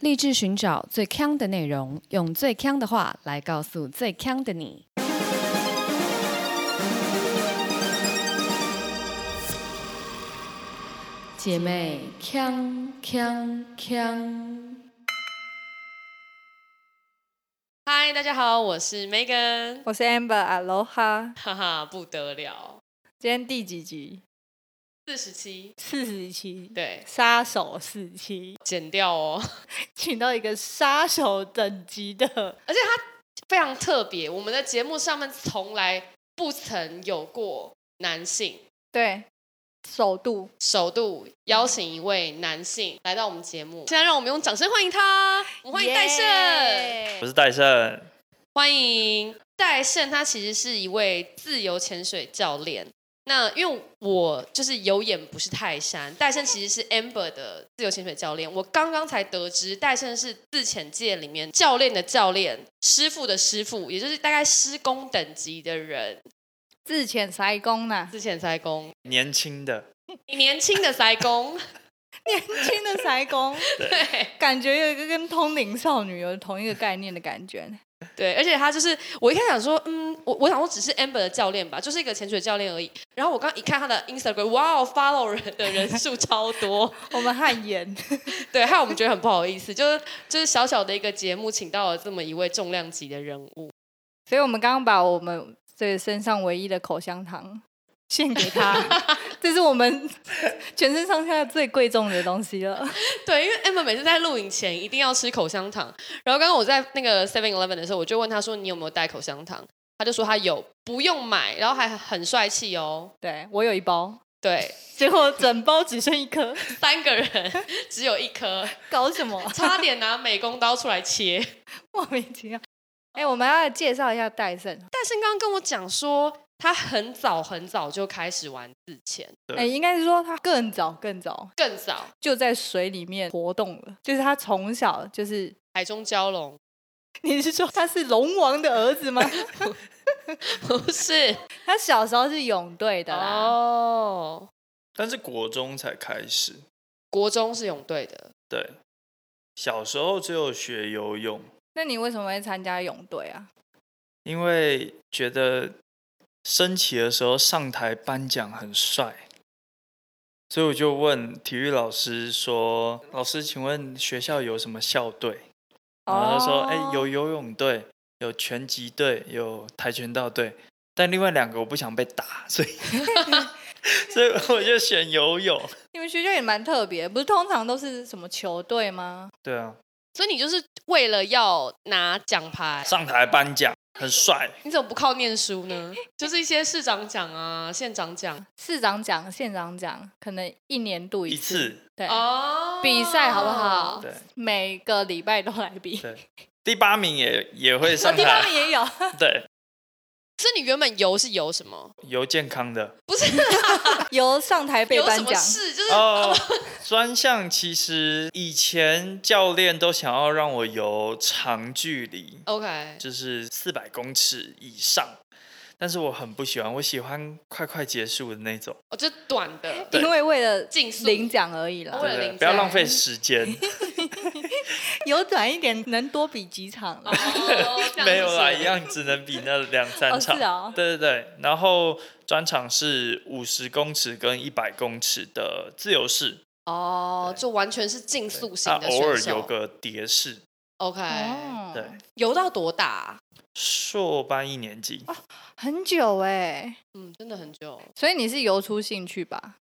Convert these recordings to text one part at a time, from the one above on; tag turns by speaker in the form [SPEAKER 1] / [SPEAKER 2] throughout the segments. [SPEAKER 1] 立志寻找最强的内容，用最强的话来告诉最强的你。姐妹，强强强！嗨，大家好，我是 Megan，
[SPEAKER 2] 我是 Amber，Aloha，
[SPEAKER 1] 哈哈，不得了，
[SPEAKER 2] 今天第几集？
[SPEAKER 1] 四十七，
[SPEAKER 2] 四十七，
[SPEAKER 1] 对，
[SPEAKER 2] 杀手四七，
[SPEAKER 1] 剪掉哦。
[SPEAKER 2] 请到一个杀手等级的，
[SPEAKER 1] 而且它非常特别，我们的节目上面从来不曾有过男性。
[SPEAKER 2] 对，首度
[SPEAKER 1] 首度邀请一位男性来到我们节目，现在让我们用掌声欢迎他，我们欢迎戴胜
[SPEAKER 2] 耶
[SPEAKER 3] 我是戴胜，
[SPEAKER 1] 欢迎戴胜，他其实是一位自由潜水教练。那因为我就是有眼不识泰山，戴胜其实是 Amber 的自由潜水教练。我刚刚才得知，戴胜是自潜界里面教练的教练，师傅的师傅，也就是大概师公等级的人，
[SPEAKER 2] 自潜塞工呐，
[SPEAKER 1] 自潜塞工，
[SPEAKER 3] 年轻的，
[SPEAKER 1] 年轻的塞工，
[SPEAKER 2] 年轻的塞工，
[SPEAKER 1] 对。
[SPEAKER 2] 感觉有一个跟通灵少女有同一个概念的感觉。
[SPEAKER 1] 对，而且他就是我一开始想说，嗯，我我想我只是 Amber 的教练吧，就是一个潜水教练而已。然后我刚一看他的 Instagram，哇哦，follow 人的人数超多，
[SPEAKER 2] 我们汗颜，
[SPEAKER 1] 对，害我们觉得很不好意思，就是就是小小的一个节目，请到了这么一位重量级的人物，
[SPEAKER 2] 所以我们刚刚把我们这身上唯一的口香糖献给他，这是我们全身上下最贵重的东西了。
[SPEAKER 1] 对，因为 Amber 每次在录影前一定要吃口香糖，然后刚刚我在那个 Seven Eleven 的时候，我就问他说你有没有带口香糖，他就说他有，不用买，然后还很帅气哦，
[SPEAKER 2] 对我有一包，
[SPEAKER 1] 对，
[SPEAKER 2] 结果整包只剩一颗，
[SPEAKER 1] 三个人只有一颗，
[SPEAKER 2] 搞什么啊？
[SPEAKER 1] 差点拿美工刀出来切。
[SPEAKER 2] 莫名其妙。哎、我们要来介绍一下戴胜。
[SPEAKER 1] 戴胜刚刚跟我讲说，他很早很早就开始玩自潜，
[SPEAKER 2] 哎、应该是说他更早更早
[SPEAKER 1] 更早
[SPEAKER 2] 就在水里面活动了，就是他从小就是，
[SPEAKER 1] 海中蛟龙
[SPEAKER 2] 你是说他是龙王的儿 子吗？
[SPEAKER 1] 不是
[SPEAKER 2] 他小时候是泳队的啦。
[SPEAKER 1] 哦，
[SPEAKER 3] 但是国中才开始。
[SPEAKER 1] 国中是泳队的，
[SPEAKER 3] 对，小时候只有学游泳，
[SPEAKER 2] 那你为什么会参加泳队啊？
[SPEAKER 3] 因为觉得升旗的时候上台颁奖很帅，所以我就问体育老师说：“老师，请问学校有什么校队？”然后他说：“哎、
[SPEAKER 2] 哦
[SPEAKER 3] 有游泳队，有拳击队，有跆拳道队，但另外两个我不想被打，所以 所以我就选游泳。
[SPEAKER 2] 你们学校也蛮特别，不是通常都是什么球队吗？”
[SPEAKER 3] 对啊，
[SPEAKER 1] 所以你就是为了要拿奖牌，
[SPEAKER 3] 上台颁奖很帅，
[SPEAKER 1] 你怎么不靠念书呢？就是一些市长奖啊、县长奖
[SPEAKER 2] 市长奖、县长奖，可能一年度
[SPEAKER 3] 一
[SPEAKER 2] 次，
[SPEAKER 3] 次
[SPEAKER 2] 对，
[SPEAKER 1] 哦
[SPEAKER 2] 比赛好不好？
[SPEAKER 3] 对
[SPEAKER 2] 每个礼拜都来 比。
[SPEAKER 3] 对，第八名也也会
[SPEAKER 2] 我
[SPEAKER 3] 上
[SPEAKER 2] 地方
[SPEAKER 3] 台，
[SPEAKER 2] 也有，
[SPEAKER 3] 对，
[SPEAKER 1] 所以你原本游是游什么？
[SPEAKER 3] 游健康的
[SPEAKER 1] 不是
[SPEAKER 2] 由上台被
[SPEAKER 1] 游什
[SPEAKER 2] 颁
[SPEAKER 1] 么
[SPEAKER 2] 奖。
[SPEAKER 1] 事？就是
[SPEAKER 3] 哦。专项其实以前教练都想要让我游长距离，
[SPEAKER 1] OK，
[SPEAKER 3] 就是四百公尺以上，但是我很不喜欢，我喜欢快快结束的那种，
[SPEAKER 1] 哦，就短的，
[SPEAKER 3] 对
[SPEAKER 2] 因为为了
[SPEAKER 1] 竞速
[SPEAKER 2] 领奖而已啦
[SPEAKER 1] 为，了
[SPEAKER 3] 对
[SPEAKER 1] 领
[SPEAKER 3] 不要
[SPEAKER 1] 奖
[SPEAKER 3] 浪费时间。
[SPEAKER 2] 有短一点能多比几场啦。
[SPEAKER 1] 哦这样
[SPEAKER 3] 没有
[SPEAKER 1] 是
[SPEAKER 3] 啦，
[SPEAKER 1] 不是
[SPEAKER 3] 一样只能比那两
[SPEAKER 2] 哦
[SPEAKER 3] 三
[SPEAKER 2] 是
[SPEAKER 3] 场。
[SPEAKER 2] 哦
[SPEAKER 3] 对对对，然后专场是五十公尺跟一百公尺的自由式，
[SPEAKER 1] 哦，
[SPEAKER 3] 对
[SPEAKER 1] 就完全是竞速型
[SPEAKER 3] 啊，
[SPEAKER 1] 的
[SPEAKER 3] 偶尔
[SPEAKER 1] 选手。
[SPEAKER 3] 有个蝶式。
[SPEAKER 1] OK，、
[SPEAKER 2] 哦
[SPEAKER 3] 对，
[SPEAKER 1] 游到多大啊、
[SPEAKER 3] 硕班一年级，
[SPEAKER 2] 很久哎、
[SPEAKER 1] 嗯，真的很久。
[SPEAKER 2] 所以你是游出兴趣吧？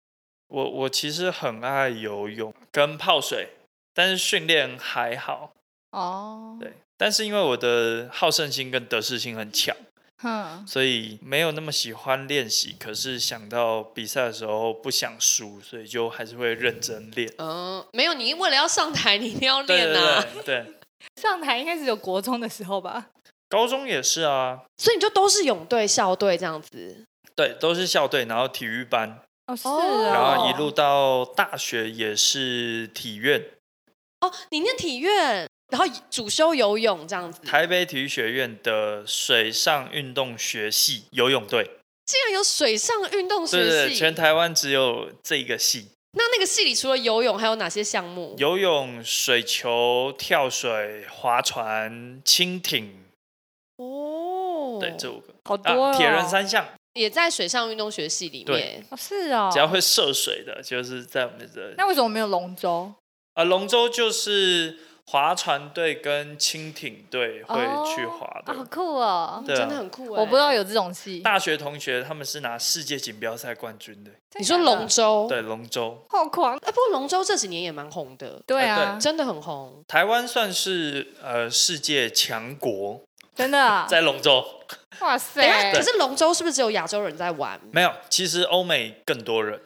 [SPEAKER 3] 我我其实很爱游泳跟泡水，但是训练还好。
[SPEAKER 2] 哦，
[SPEAKER 3] 对，但是因为我的好胜心跟得失心很强，
[SPEAKER 2] 哼，
[SPEAKER 3] 所以没有那么喜欢练习。可是想到比赛的时候不想输，所以就还是会认真练。
[SPEAKER 1] 嗯，没有，你为了要上台，你一定要
[SPEAKER 3] 对
[SPEAKER 1] 练啊
[SPEAKER 3] 对
[SPEAKER 1] 呐、
[SPEAKER 3] 对对，
[SPEAKER 2] 上台应该是有国中的时候吧？
[SPEAKER 3] 高中也是啊，
[SPEAKER 1] 所以你就都是泳队、校队这样子。
[SPEAKER 3] 对，都是校队，然后体育班，
[SPEAKER 2] 哦，是
[SPEAKER 1] 哦
[SPEAKER 2] 哦，
[SPEAKER 3] 然后一路到大学也是体院，
[SPEAKER 1] 哦，你念体院，然后主修游泳这样子，
[SPEAKER 3] 台北体育学院的水上运动学系游泳队，
[SPEAKER 1] 竟然有水上运动
[SPEAKER 3] 对
[SPEAKER 1] 学
[SPEAKER 3] 对，
[SPEAKER 1] 系，
[SPEAKER 3] 全台湾只有这一个系，
[SPEAKER 1] 那那个系里除了游泳还有哪些项目？
[SPEAKER 3] 游泳、水球、跳水、划船、轻艇，
[SPEAKER 1] 哦，
[SPEAKER 3] 对，这五个。
[SPEAKER 2] 好多
[SPEAKER 3] 啊，
[SPEAKER 2] 哦
[SPEAKER 3] 铁人三项，
[SPEAKER 1] 也在水上运动学系里面
[SPEAKER 3] 对。
[SPEAKER 2] 哦是啊、
[SPEAKER 3] 只要会涉水的，就是在我们的
[SPEAKER 2] 那为什么没有龙舟？
[SPEAKER 3] 啊，龙舟就是划船队跟轻艇队会去划
[SPEAKER 2] 哦啊好
[SPEAKER 3] 的。
[SPEAKER 2] 酷哦！
[SPEAKER 3] 对啊
[SPEAKER 1] 真的很酷哎、
[SPEAKER 2] 我不知道有这种戏，
[SPEAKER 3] 大学同学他们是拿世界锦标赛冠军的，
[SPEAKER 1] 你说龙
[SPEAKER 2] 哦
[SPEAKER 1] 舟，
[SPEAKER 3] 对龙舟，
[SPEAKER 2] 好狂，
[SPEAKER 1] 哎、不过龙舟这几年也蛮红的，
[SPEAKER 2] 对
[SPEAKER 3] 啊
[SPEAKER 2] 啊，
[SPEAKER 1] 真的很红。
[SPEAKER 3] 台湾算是呃世界强国，
[SPEAKER 2] 真的啊，
[SPEAKER 3] 在龙舟
[SPEAKER 2] 哇
[SPEAKER 1] 等一
[SPEAKER 2] 塞，
[SPEAKER 1] 下，哎可是龙舟是不是只有亚洲人在玩？
[SPEAKER 3] 没有，其实欧美更多人，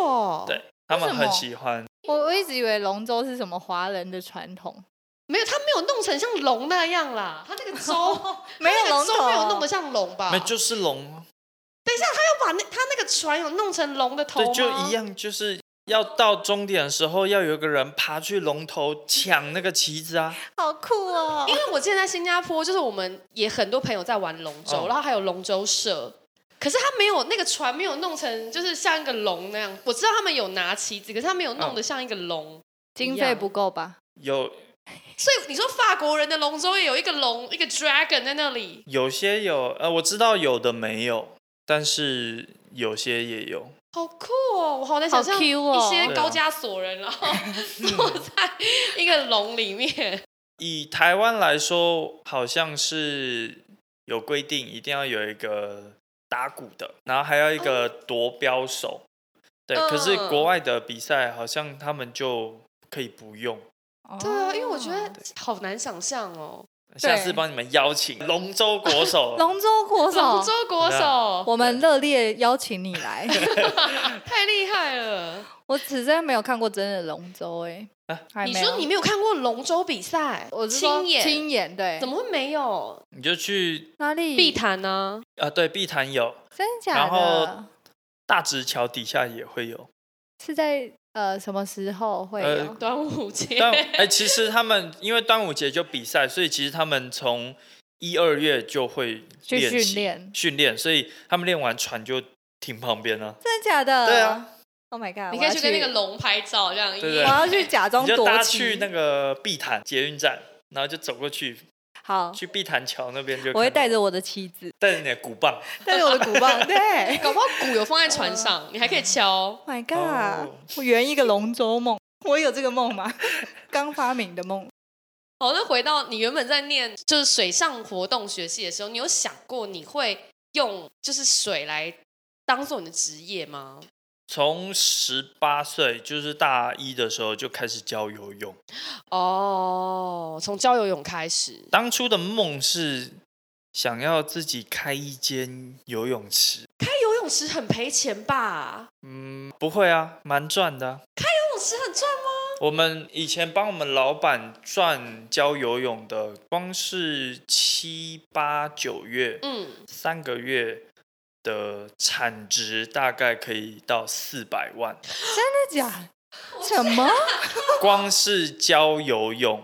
[SPEAKER 1] 哦，
[SPEAKER 3] 对他们
[SPEAKER 2] 为什
[SPEAKER 3] 很
[SPEAKER 2] 么
[SPEAKER 3] 喜欢，
[SPEAKER 2] 我我一直以为龙舟是什么华人的传统，
[SPEAKER 1] 没有，他没有弄成像龙那样啦，他那 个舟
[SPEAKER 2] 没有
[SPEAKER 1] 那个
[SPEAKER 2] 龙
[SPEAKER 1] 舟没有
[SPEAKER 2] 头
[SPEAKER 1] 弄得像龙
[SPEAKER 2] 啊
[SPEAKER 1] 吧？
[SPEAKER 3] 那就是龙，
[SPEAKER 1] 他把那他那个船有弄成龙的头
[SPEAKER 3] 对
[SPEAKER 1] 吗？，
[SPEAKER 3] 就一。样，就是要到终点的时候，要有一个人爬去龙头抢那个旗子啊，
[SPEAKER 2] 好酷哦
[SPEAKER 1] 因！为我之前在新加坡，就是我们也很多朋友在玩龙舟，
[SPEAKER 3] 哦
[SPEAKER 1] 然后还有龙舟社。可是他没有那个船没有弄成就是像一个龙那样，我知道他们有拿旗子，可是他没有弄得像一个龙。
[SPEAKER 2] 经费不够吧？
[SPEAKER 3] 有
[SPEAKER 1] 所以你说法国人的龙舟也有一个龙一个 dragon 在那里，
[SPEAKER 3] 有些有，呃，我知道有的没有，但是有些也有。
[SPEAKER 1] 好酷哦！我好难想象
[SPEAKER 2] 好
[SPEAKER 1] 一
[SPEAKER 2] Q 哦
[SPEAKER 1] 些高加索人， 然后坐在一个笼里面。
[SPEAKER 3] 以台湾来说，好像是有规定，一定要有一个打鼓的，然后还要一
[SPEAKER 2] 哦
[SPEAKER 3] 个夺标手。对，可是
[SPEAKER 1] 嗯
[SPEAKER 3] 国外的比赛好像他们就可以不用。
[SPEAKER 1] 对啊，因为我觉得
[SPEAKER 2] 哦
[SPEAKER 1] 好难想象哦，
[SPEAKER 3] 下次帮你们 邀请龙舟国
[SPEAKER 2] 哦
[SPEAKER 3] 手，
[SPEAKER 2] 龙舟国
[SPEAKER 1] 龙
[SPEAKER 2] 手
[SPEAKER 1] 舟，国手
[SPEAKER 2] 我们热烈邀请你来。
[SPEAKER 3] 啊
[SPEAKER 1] 太厉害了！
[SPEAKER 2] 我此生没有看过真的龙舟，哎
[SPEAKER 3] 啊，
[SPEAKER 2] 还
[SPEAKER 1] 你
[SPEAKER 2] 没有
[SPEAKER 1] 说你没有看过龙舟比赛，
[SPEAKER 2] 我是说
[SPEAKER 1] 亲眼
[SPEAKER 2] 亲眼对
[SPEAKER 1] 怎，么会没有？
[SPEAKER 3] 你就去
[SPEAKER 2] 哪里
[SPEAKER 1] 碧潭呢？
[SPEAKER 3] 啊、对，碧潭有，
[SPEAKER 2] 真假
[SPEAKER 3] 然后
[SPEAKER 2] 的？
[SPEAKER 3] 大直桥底下也会有。
[SPEAKER 2] 是在呃什么时候会
[SPEAKER 3] 呃
[SPEAKER 2] 有？
[SPEAKER 1] 端午 节
[SPEAKER 3] 端哎、其实他们因为端午节就比赛，所以其实他们从一二月就会
[SPEAKER 2] 去
[SPEAKER 3] 练习
[SPEAKER 2] 训练
[SPEAKER 3] 训练，所以他们练完船就停旁边了、
[SPEAKER 2] 真的假的？
[SPEAKER 3] 对啊。
[SPEAKER 2] Oh my god！
[SPEAKER 1] 你可以
[SPEAKER 2] 我要
[SPEAKER 1] 去跟那个龙拍照，这样
[SPEAKER 3] 对
[SPEAKER 1] 耶
[SPEAKER 2] 我要去假装
[SPEAKER 3] 你就
[SPEAKER 2] 夺
[SPEAKER 3] 搭
[SPEAKER 2] 旗
[SPEAKER 3] 去那个碧潭捷运站，然后就走过去，
[SPEAKER 2] 好，
[SPEAKER 3] 去碧潭桥那边就
[SPEAKER 2] 我会
[SPEAKER 3] 看到
[SPEAKER 2] 带着我的妻子，
[SPEAKER 3] 带着你的鼓棒，
[SPEAKER 2] 带着我的鼓棒， 对。
[SPEAKER 1] 搞不好鼓有放在船上，你还可以敲。
[SPEAKER 2] Oh My
[SPEAKER 3] 哦
[SPEAKER 2] God！我圆一个龙舟梦， 我有这个梦吗？ 刚发明的梦，
[SPEAKER 1] 好，那回到你原本在念就是水上活动学系的时候，你有想过你会用就是水来当做你的职业吗？
[SPEAKER 3] 从十八岁就是大一的时候就开始教游泳。
[SPEAKER 1] 哦，从教游泳开始，
[SPEAKER 3] 当初的梦是想要自己开一间游泳池。
[SPEAKER 1] 开游泳池很赔钱吧？
[SPEAKER 3] 嗯，不会啊，蛮赚的啊、
[SPEAKER 1] 游泳池很赚吗？
[SPEAKER 3] 我们以前帮我们老板赚教游泳的，光是七八九月
[SPEAKER 1] 嗯，
[SPEAKER 3] 三个月的产值大概可以到四百万，
[SPEAKER 2] 真的假？什么？
[SPEAKER 3] 光是教游泳，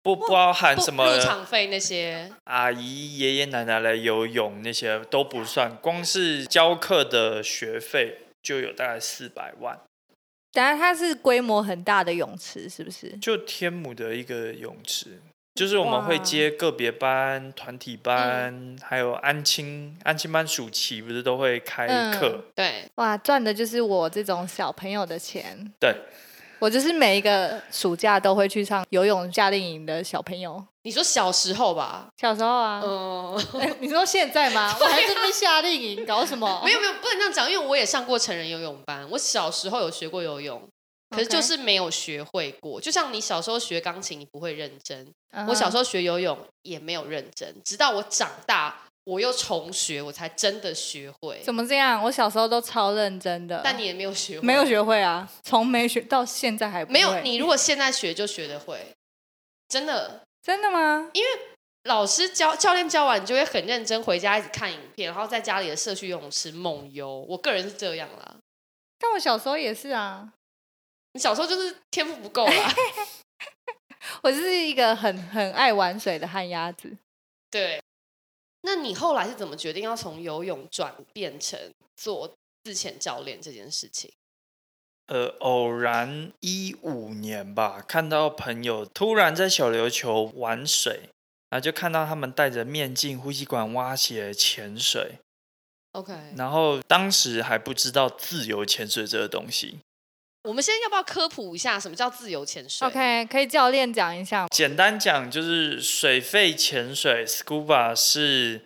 [SPEAKER 3] 不包含
[SPEAKER 1] 不
[SPEAKER 3] 什么
[SPEAKER 1] 入场费那些，
[SPEAKER 3] 阿姨、爷爷奶奶来游泳那些都不算，光是教课的学费就有大概四百万，
[SPEAKER 2] 等下它是规模很大的泳池，是不是？
[SPEAKER 3] 就天母的一个泳池，就是我们会
[SPEAKER 2] 哇
[SPEAKER 3] 接个别班、团
[SPEAKER 1] 嗯
[SPEAKER 3] 体班，还有安亲安亲班暑期不是都会开课，
[SPEAKER 1] 对，
[SPEAKER 2] 哇，赚的就是我这种小朋友的
[SPEAKER 1] 嗯
[SPEAKER 2] 钱。
[SPEAKER 3] 对，
[SPEAKER 2] 我就是每一个暑假都会去上游泳夏令营的小朋友。
[SPEAKER 1] 你说小时候吧，
[SPEAKER 2] 小时候啊，
[SPEAKER 1] 嗯，
[SPEAKER 2] 你说现在 吗？我还在那边夏令营，搞什么？
[SPEAKER 1] 没有没有，不能这样讲，因为我也上过成人游泳班，我小时候有学过游泳。可是
[SPEAKER 2] OK
[SPEAKER 1] 就是没有学会过就像你小时候学钢琴，你不会认真，
[SPEAKER 2] 嗯哼，
[SPEAKER 1] 我小时候学游泳也没有认真，直到我长大，我又重学，我才真的学会。
[SPEAKER 2] 怎么这样？我小时候都超认真的，
[SPEAKER 1] 但你也没有学会，
[SPEAKER 2] 没有，学会啊，从没学到现在还不
[SPEAKER 1] 没有。
[SPEAKER 2] 会
[SPEAKER 1] 你如果现在学，就学得会，真的。
[SPEAKER 2] 真的吗？
[SPEAKER 1] 老师教教练教完，你就会很认真回家一直看影片，然后在家里的社区游泳池猛游。我个人是这样啦，
[SPEAKER 2] 但我小时候也是啊，
[SPEAKER 1] 你小时候就是天赋不够啊啦。
[SPEAKER 2] 我是一个很很爱玩水的旱鸭子。
[SPEAKER 1] 对，那你后来是怎么决定要从游泳转变成做自潜教练这件事情？
[SPEAKER 3] 呃，偶然一五年吧，看到朋友突然在小琉球玩水，然后就看到他们戴着面镜、呼吸管、蛙鞋潜水，
[SPEAKER 1] OK，
[SPEAKER 3] 然后当时还不知道自由潜水这个东西。
[SPEAKER 1] 我们先要不要科普一下什么叫自由潜水
[SPEAKER 2] OK，可以教练讲一下吗。
[SPEAKER 3] 简单讲，就是水肺潜水 （scuba） 是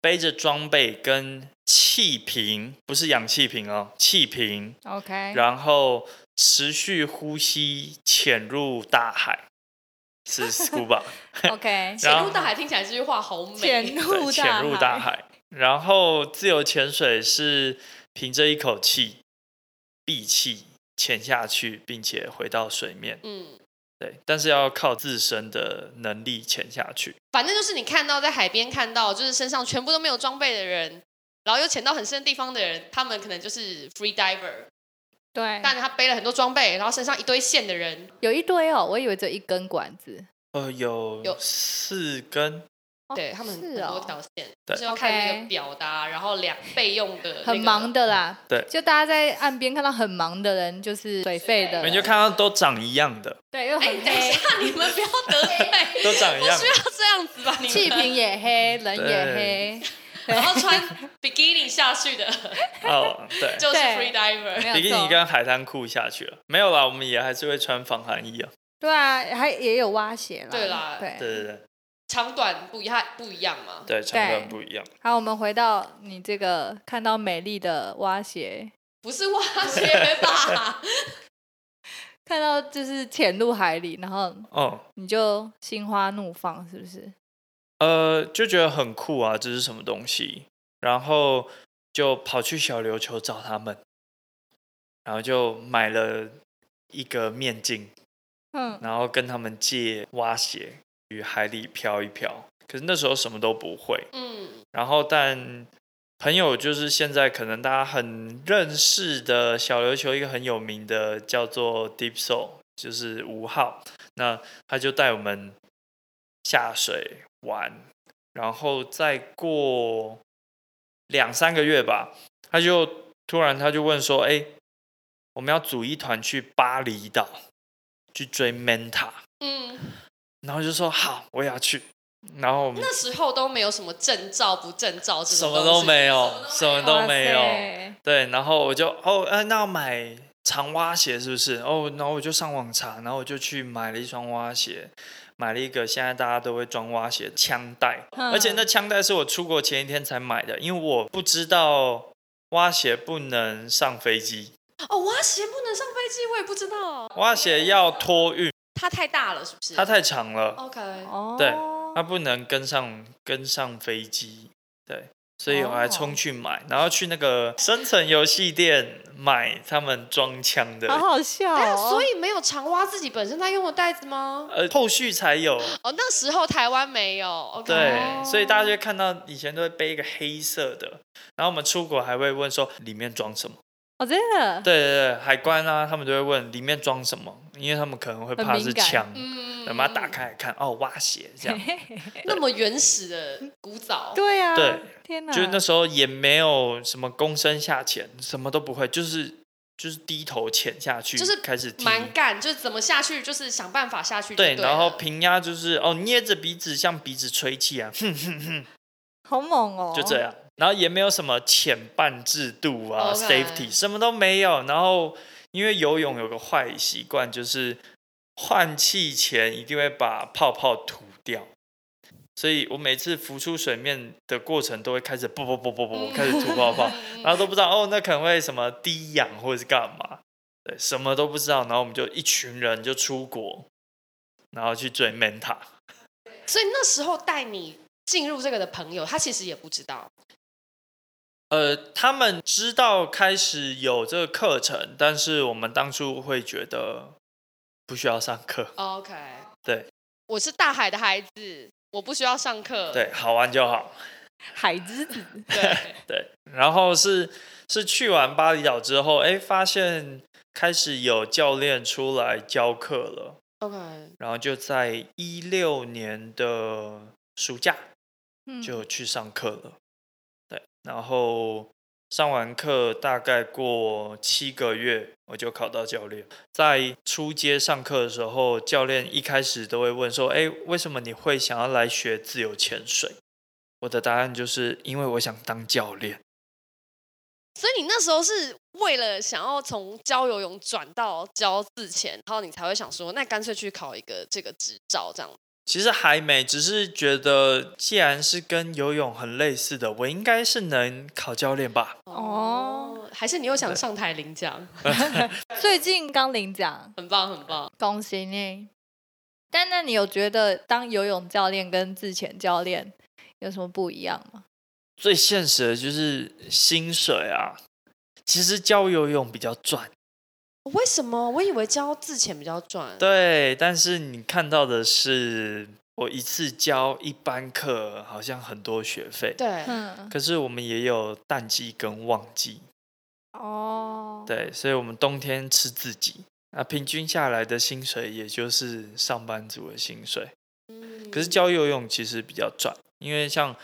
[SPEAKER 3] 背着装备跟气瓶，不是氧气瓶哦，气瓶，
[SPEAKER 2] OK，
[SPEAKER 3] 然后持续呼吸潜入大海，是 scuba。
[SPEAKER 2] OK，
[SPEAKER 1] 潜入大海听起来这句话好美，
[SPEAKER 2] 潜
[SPEAKER 3] 对
[SPEAKER 2] 入
[SPEAKER 3] 潜入大
[SPEAKER 2] 大。
[SPEAKER 3] 海。然后自由潜水是凭着一口气，闭气潜下去，并且回到水面。
[SPEAKER 1] 嗯，
[SPEAKER 3] 对，但是要靠自身的能力潜下去。
[SPEAKER 1] 反正就是你看到在海边看到，就是身上全部都没有装备的人，然后又潜到很深的地方的人，他们可能就是 free diver，
[SPEAKER 2] 对，
[SPEAKER 1] 但他背了很多装备，然后身上一堆线的人，
[SPEAKER 2] 有一堆哦，我以为只有一根管子。
[SPEAKER 3] 呃，有
[SPEAKER 1] 有
[SPEAKER 3] 四根，
[SPEAKER 2] 哦
[SPEAKER 1] 对他们很
[SPEAKER 2] 是
[SPEAKER 1] 很多
[SPEAKER 2] 哦，
[SPEAKER 1] 条线，
[SPEAKER 3] 对
[SPEAKER 1] 就是要看那
[SPEAKER 2] OK
[SPEAKER 1] 个表达，然后两备用的、
[SPEAKER 2] 很忙，的啦。
[SPEAKER 3] 对
[SPEAKER 2] 嗯就大家在岸边看到很忙的人，就是水费的
[SPEAKER 1] 对
[SPEAKER 2] 人。
[SPEAKER 3] 你们就看到都长一样的，
[SPEAKER 2] 对，又
[SPEAKER 1] 哎、
[SPEAKER 2] 很
[SPEAKER 1] 等一
[SPEAKER 2] 黑，
[SPEAKER 1] 下， 你们不要得罪，
[SPEAKER 3] 都长一
[SPEAKER 1] 不
[SPEAKER 3] 样
[SPEAKER 1] 需。要这样子吧，你们
[SPEAKER 2] 气瓶也黑，人也黑，
[SPEAKER 1] 然后穿 bikini 下去的，
[SPEAKER 3] 哦，对，
[SPEAKER 1] 就是
[SPEAKER 2] 对
[SPEAKER 1] free
[SPEAKER 2] 没
[SPEAKER 1] diver。
[SPEAKER 2] 有
[SPEAKER 3] 比基尼
[SPEAKER 2] 错。
[SPEAKER 3] 跟海滩裤下去了，没有啦，我们也还是会穿防寒衣啊。
[SPEAKER 2] 对啊，还也有蛙鞋啦。
[SPEAKER 1] 对啦
[SPEAKER 2] 对。
[SPEAKER 3] 对对对
[SPEAKER 1] 长短不一样，不一样嘛。
[SPEAKER 3] 对，长短不一样。
[SPEAKER 2] 好，我们回到你这个看到美丽的蛙鞋，
[SPEAKER 1] 不是挖掘吧？
[SPEAKER 2] 看到就是潜入海里，然后
[SPEAKER 3] 哦，
[SPEAKER 2] 你就心花怒放，是不是？
[SPEAKER 3] 呃，就觉得很酷啊，这是什么东西？然后就跑去小琉球找他们，然后就买了一个面镜，
[SPEAKER 2] 嗯，
[SPEAKER 3] 然后跟他们借蛙鞋去海里漂一漂。可是那时候什么都不会，
[SPEAKER 1] 嗯，
[SPEAKER 3] 然后但朋友就是现在可能大家很认识的小琉球一个很有名的叫做 Deep Soul，就是吴昊，那他就带我们下水玩，然后再过两三个月吧，他就突然他就问说：“哎、我们要组一团去巴厘岛去追 Manta。”
[SPEAKER 1] 嗯，
[SPEAKER 3] 然后就说：“好，我也要去。”然后我们
[SPEAKER 1] 那时候都没有什么证照不证照这
[SPEAKER 3] 什
[SPEAKER 1] 种
[SPEAKER 3] 么
[SPEAKER 1] 东西，
[SPEAKER 3] 都没有，什么都
[SPEAKER 2] 哇
[SPEAKER 3] 没有。
[SPEAKER 2] 塞。
[SPEAKER 3] 对，然后我就哦，呃，那要买长蛙鞋是不是？哦，然后我就上网查，然后我就去买了一双蛙鞋，买了一个现在大家都会装蛙鞋的枪带，
[SPEAKER 2] 嗯
[SPEAKER 3] 而且那枪带是我出国前一天才买的，因为我不知道蛙鞋不能上飞机，
[SPEAKER 1] 哦，挖鞋不能上飞机，我也不知道，
[SPEAKER 3] 蛙鞋要托运，
[SPEAKER 1] 它太大了，是不是？
[SPEAKER 3] 它太长了，
[SPEAKER 1] OK，
[SPEAKER 2] 哦，
[SPEAKER 3] 对它不能跟上跟上飞机。对，所以我还
[SPEAKER 2] 哦
[SPEAKER 3] 冲去买，然后去那个深层游戏店买他们装枪的
[SPEAKER 2] 好好笑
[SPEAKER 3] 啊
[SPEAKER 1] 哎呀
[SPEAKER 2] 哦。
[SPEAKER 1] 所以没有长挖自己本身在用的袋子吗？
[SPEAKER 3] 呃，后续才有。
[SPEAKER 1] 哦，那时候台湾没有，OK，
[SPEAKER 3] 对，所以大家就会看到以前都会背一个黑色的，然后我们出国还会问说里面装什么。
[SPEAKER 2] 哦，真的，
[SPEAKER 3] 对对对，海关啊，他们都会问里面装什么，因为他们可能会
[SPEAKER 2] 很
[SPEAKER 3] 怕
[SPEAKER 2] 敏
[SPEAKER 3] 是
[SPEAKER 2] 感
[SPEAKER 3] 枪，
[SPEAKER 1] 嗯
[SPEAKER 3] 等把它打开来看，哦，挖鞋 这样。
[SPEAKER 1] 那么原始的古早，
[SPEAKER 2] 对啊，
[SPEAKER 3] 对，
[SPEAKER 2] 天哪，
[SPEAKER 3] 就是那时候也没有什么躬身下潜，什么都不会，就是就是低头潜下去，
[SPEAKER 1] 就是
[SPEAKER 3] 开始踢。
[SPEAKER 1] 蛮干，就是怎么下去，就是想办法下去就
[SPEAKER 3] 对，
[SPEAKER 1] 对啊
[SPEAKER 3] 然后
[SPEAKER 1] 了
[SPEAKER 3] 平压就是哦，捏着鼻子像鼻子吹气啊， 哼哼哼，
[SPEAKER 2] 好猛哦，
[SPEAKER 3] 就这样。然后也没有什么潜伴制度啊
[SPEAKER 1] OK
[SPEAKER 3] safety 什么都没有。然后因为游泳有个坏习惯，就是换气前一定会把泡泡吐掉，所以我每次浮出水面的过程都会开始啵啵啵啵啵
[SPEAKER 1] 嗯
[SPEAKER 3] 开始吐泡 泡，
[SPEAKER 1] 嗯
[SPEAKER 3] 然后都不知道哦，那可能会什么低氧或者是干嘛，对，什么都不知道。然后我们就一群人就出国，然后去追 Manta。
[SPEAKER 1] 所以那时候带你进入这个的朋友，他其实也不知道。
[SPEAKER 3] 呃，他们知道开始有这个课程，但是我们当初会觉得不需要上课，
[SPEAKER 1] OK，
[SPEAKER 3] 对
[SPEAKER 1] 我是大海的孩子，我不需要上课。
[SPEAKER 3] 对，好玩就好。
[SPEAKER 2] 海之子，
[SPEAKER 1] 对，
[SPEAKER 3] 对，然后是是去完巴厘岛之后，哎，发现开始有教练出来教课了，
[SPEAKER 1] OK，
[SPEAKER 3] 然后就在一六年的暑假
[SPEAKER 2] 嗯
[SPEAKER 3] 就去上课了。对，然后上完课大概过七个月，我就考到教练。在初阶上课的时候，教练一开始都会问说：“哎，为什么你会想要来学自由潜水？”我的答案就是因为我想当教练。
[SPEAKER 1] 所以你那时候是为了想要从教游泳转到教自潜，然后你才会想说，那干脆去考一个这个执照这样。
[SPEAKER 3] 其实还没，只是觉得既然是跟游泳很类似的，我应该是能考教练吧。
[SPEAKER 2] 哦，
[SPEAKER 1] 还是你又想上台领奖，
[SPEAKER 2] 最近刚领奖，
[SPEAKER 1] 很棒很棒。
[SPEAKER 2] 恭喜你！但那你有觉得当游泳教练跟自潜教练有什么不一样吗？
[SPEAKER 3] 最现实的就是薪水啊，其实教游泳比较赚，
[SPEAKER 1] 为什么？我以为教自潜比较赚。
[SPEAKER 3] 对，但是你看到的是我一次教一班课，好像很多学费，
[SPEAKER 1] 对，
[SPEAKER 2] 嗯，
[SPEAKER 3] 可是我们也有淡季跟旺季，
[SPEAKER 2] 哦，
[SPEAKER 3] 对，所以我们冬天吃自己。啊，平均下来的薪水也就是上班族的薪水，
[SPEAKER 1] 嗯
[SPEAKER 3] 可是教游泳其实比较赚，因为像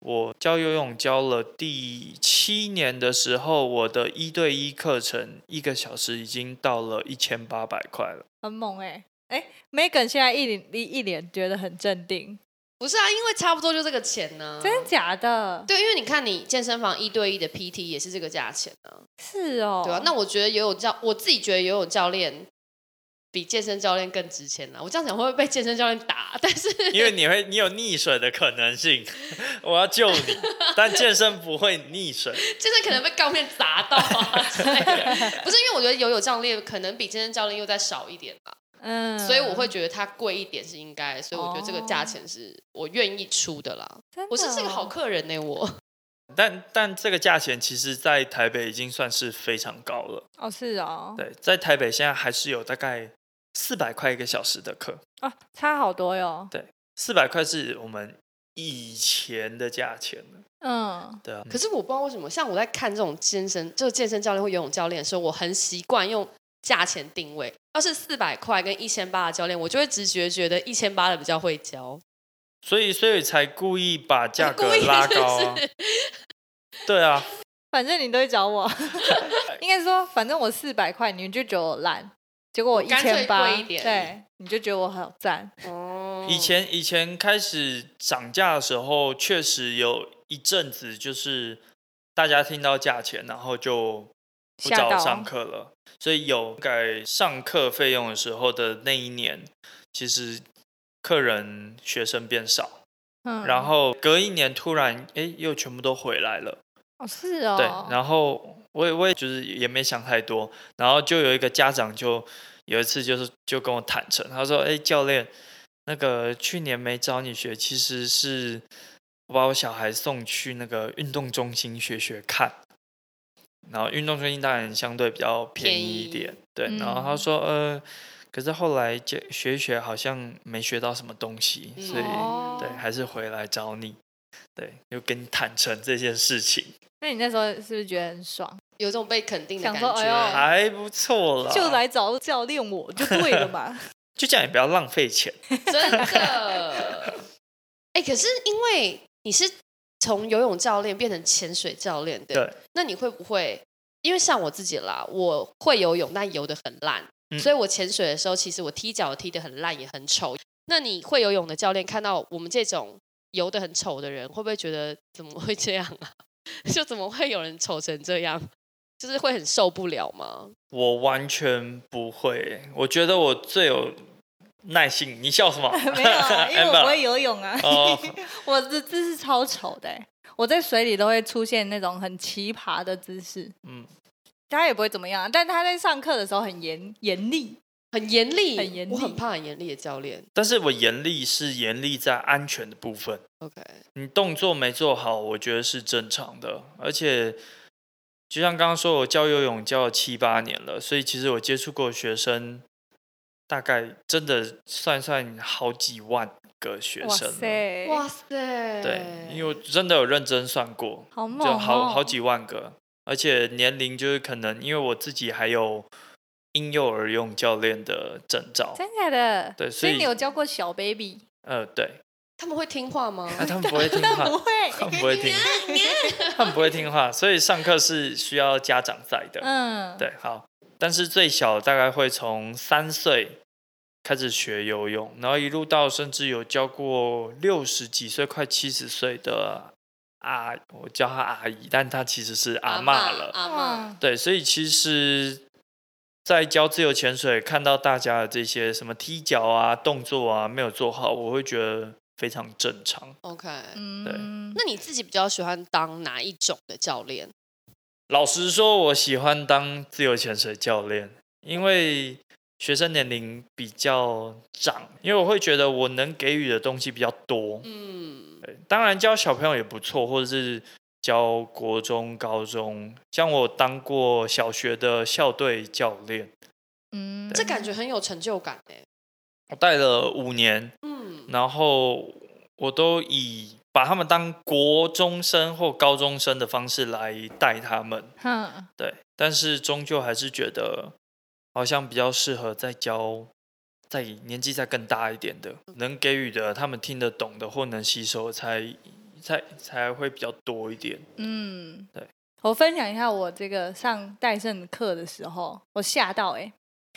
[SPEAKER 3] 我教游泳教了第七年的时候，我的一对一课程一个小时已经到了一千八百块了。
[SPEAKER 2] 很猛哎、哎、m e g a n 现在一脸一一脸觉得很镇定，
[SPEAKER 1] 不是啊？因为差不多就这个钱呢、
[SPEAKER 3] 嗯
[SPEAKER 2] 真的假的？
[SPEAKER 1] 对，因为你看你健身房一对一的 PT 也是这个价钱啊，
[SPEAKER 2] 是哦，
[SPEAKER 1] 对吧、那我觉得游泳教，我自己觉得游泳教练比健身教练更值钱啊。我这样讲会不会被健身教练打？ 但是
[SPEAKER 3] 因为你会，你有溺水的可能性， 我要救你。但健身不会溺水，
[SPEAKER 1] 健身可能被钢片砸 到啊之类的。不是因为我觉得游泳教练可能比健身教练又再少一点吧，
[SPEAKER 2] 嗯，
[SPEAKER 1] 所以我会觉得它贵一点是应该，所以我觉得这个价
[SPEAKER 2] 哦
[SPEAKER 1] 钱是我愿意出的啦。
[SPEAKER 2] 真的
[SPEAKER 1] 我是是个好
[SPEAKER 2] 哦
[SPEAKER 1] 客人呢、我
[SPEAKER 3] 但但这个价钱其实在台北已经算是非常高了。
[SPEAKER 2] 哦，是哦，
[SPEAKER 3] 对，在台北现在还是有大概四百块一个小时的课，
[SPEAKER 2] 啊，差好多哟，
[SPEAKER 3] 四百块是我们以前的价钱了。
[SPEAKER 2] 嗯，
[SPEAKER 3] 对啊，
[SPEAKER 1] 可是我不知道为什么，像我在看这种健身，就是健身教练或游泳教练的时候，我很习惯用价钱定位。要是四百块跟一千八的教练，我就会直觉觉得一千八的比较会教，
[SPEAKER 3] 所以所以才故意把价
[SPEAKER 1] 故
[SPEAKER 3] 格
[SPEAKER 1] 意
[SPEAKER 3] 拉
[SPEAKER 1] 是不
[SPEAKER 3] 高啊
[SPEAKER 1] 是。
[SPEAKER 3] 对啊，
[SPEAKER 2] 反正你都会找 我， 应该说，反正我四百块，你就觉得我烂，结果我
[SPEAKER 1] 我
[SPEAKER 2] 一
[SPEAKER 1] 干脆
[SPEAKER 2] 千八
[SPEAKER 1] 贵一，点
[SPEAKER 2] 对，你就觉得我好赞，嗯
[SPEAKER 1] 哦
[SPEAKER 3] 以前以前开始涨价的时候，确实有一阵子就是大家听到价钱，然后就不
[SPEAKER 2] 吓
[SPEAKER 3] 找我
[SPEAKER 2] 到
[SPEAKER 3] 上课了。所以有改上课费用的时候的那一年，其实客人学生变少，
[SPEAKER 2] 嗯，
[SPEAKER 3] 然后隔一年突然哎又全部都回来了。
[SPEAKER 2] 哦是哦，
[SPEAKER 3] 对，然后我也我也就是也没想太多，然后就有一个家长就有一次就是就跟我坦诚，他说：“哎、教练，那个去年没找你学，其实是我把我小孩送去那个运动中心学学看。”然后运动中心当然相对比较便宜一
[SPEAKER 1] 便宜
[SPEAKER 3] 点，对。然后他
[SPEAKER 2] 嗯
[SPEAKER 3] 说：“呃，可是后来就学一学，好像没学到什么东西，所以、
[SPEAKER 2] 哦
[SPEAKER 3] 对，还是回来找你。”对，就跟你坦诚这件事情。
[SPEAKER 2] 那你那时候是不是觉得很爽？
[SPEAKER 1] 有种被肯定的
[SPEAKER 2] 想
[SPEAKER 1] 感
[SPEAKER 2] 说
[SPEAKER 1] 觉。
[SPEAKER 2] 哎呦
[SPEAKER 3] 还不错啦，
[SPEAKER 2] 就来找教练我就对了 嘛，？
[SPEAKER 3] 就这样也不要浪费钱。
[SPEAKER 1] 真的。哎、可是因为你是从游泳教练变成潜水教练的，
[SPEAKER 3] 对，
[SPEAKER 1] 那你会不会？因为像我自己啦，我会游泳，但游的很烂，
[SPEAKER 3] 嗯
[SPEAKER 1] 所以我潜水的时候，其实我踢脚踢的很烂，也很丑。那你会游泳的教练看到我们这种游的很丑的人，会不会觉得怎么会这样啊？ 就怎么会有人丑成这样？就是会很受不了吗？
[SPEAKER 3] 我完全不会欸，我觉得我最有耐心。你笑什么
[SPEAKER 2] 没有啊，因为我
[SPEAKER 3] Amber
[SPEAKER 2] 不会游泳啊，
[SPEAKER 3] 哦
[SPEAKER 2] 我的姿势超丑的欸、我在水里都会出现那种很奇葩的姿势，
[SPEAKER 3] 嗯，
[SPEAKER 2] 他也不会怎么样，啊但他在上课的时候很严严厉，
[SPEAKER 1] 很严厉，
[SPEAKER 2] 很严厉
[SPEAKER 1] 我很怕很严厉的教练。
[SPEAKER 3] 但是我严厉是严厉在安全的部分，
[SPEAKER 1] OK，
[SPEAKER 3] 你动作没做好，我觉得是正常的。而且，就像刚刚说，我教游泳教了七八年了，所以其实我接触过学生，大概真的算算好几万个学
[SPEAKER 2] 哇
[SPEAKER 3] 生啊了。
[SPEAKER 2] 塞，
[SPEAKER 1] 哇塞，
[SPEAKER 3] 对，因为我真的有认真算过，
[SPEAKER 2] 好猛、
[SPEAKER 3] 就
[SPEAKER 2] 哦，
[SPEAKER 3] 好好几万个，而且年龄就是可能因为我自己还有婴幼儿游泳教练的证照，
[SPEAKER 2] 真假的，
[SPEAKER 3] 对所
[SPEAKER 2] 所
[SPEAKER 3] 以
[SPEAKER 2] 以你有教过小 baby，
[SPEAKER 3] 呃，对，
[SPEAKER 1] 他们会听话吗？
[SPEAKER 3] 啊，他们不会听话，
[SPEAKER 2] 不会，
[SPEAKER 3] 他们不会 听，他们不会听话，所以上课是需要家长在的。
[SPEAKER 2] 嗯，
[SPEAKER 3] 对，好，但是最小大概会从三岁开始学游泳，然后一路到甚至有教过六十几岁、快七十岁的阿，我叫她阿姨，但她其实是阿
[SPEAKER 1] 妈
[SPEAKER 3] 嬷了。
[SPEAKER 1] 阿妈，
[SPEAKER 2] 哇，
[SPEAKER 3] 对，所以其实，在教自由潜水，看到大家的这些什么踢脚啊、动作啊没有做好，我会觉得非常正常。
[SPEAKER 1] OK。
[SPEAKER 2] 嗯，
[SPEAKER 1] 那你自己比较喜欢当哪一种的教练？
[SPEAKER 3] 老实说，我喜欢当自由潜水教练，因为学生年龄比较长，因为我会觉得我能给予的东西比较多。
[SPEAKER 1] 嗯，
[SPEAKER 3] 对，当然教小朋友也不错，或者是教国中、高中，像我当过小学的校队教练，
[SPEAKER 2] 嗯，
[SPEAKER 1] 这感觉很有成就感哎。
[SPEAKER 3] 我带了五年，
[SPEAKER 1] 嗯，
[SPEAKER 3] 然后我都以把他们当国中生或高中生的方式来带他们，
[SPEAKER 2] 哼，
[SPEAKER 3] 对，但是终究还是觉得好像比较适合再教，再年纪再更大一点的，能给予的他们听得懂的或能吸收的才才才会比较多一点。
[SPEAKER 2] 嗯，
[SPEAKER 3] 对。
[SPEAKER 2] 我分享一下我这个上戴胜课的时候，我吓到哎、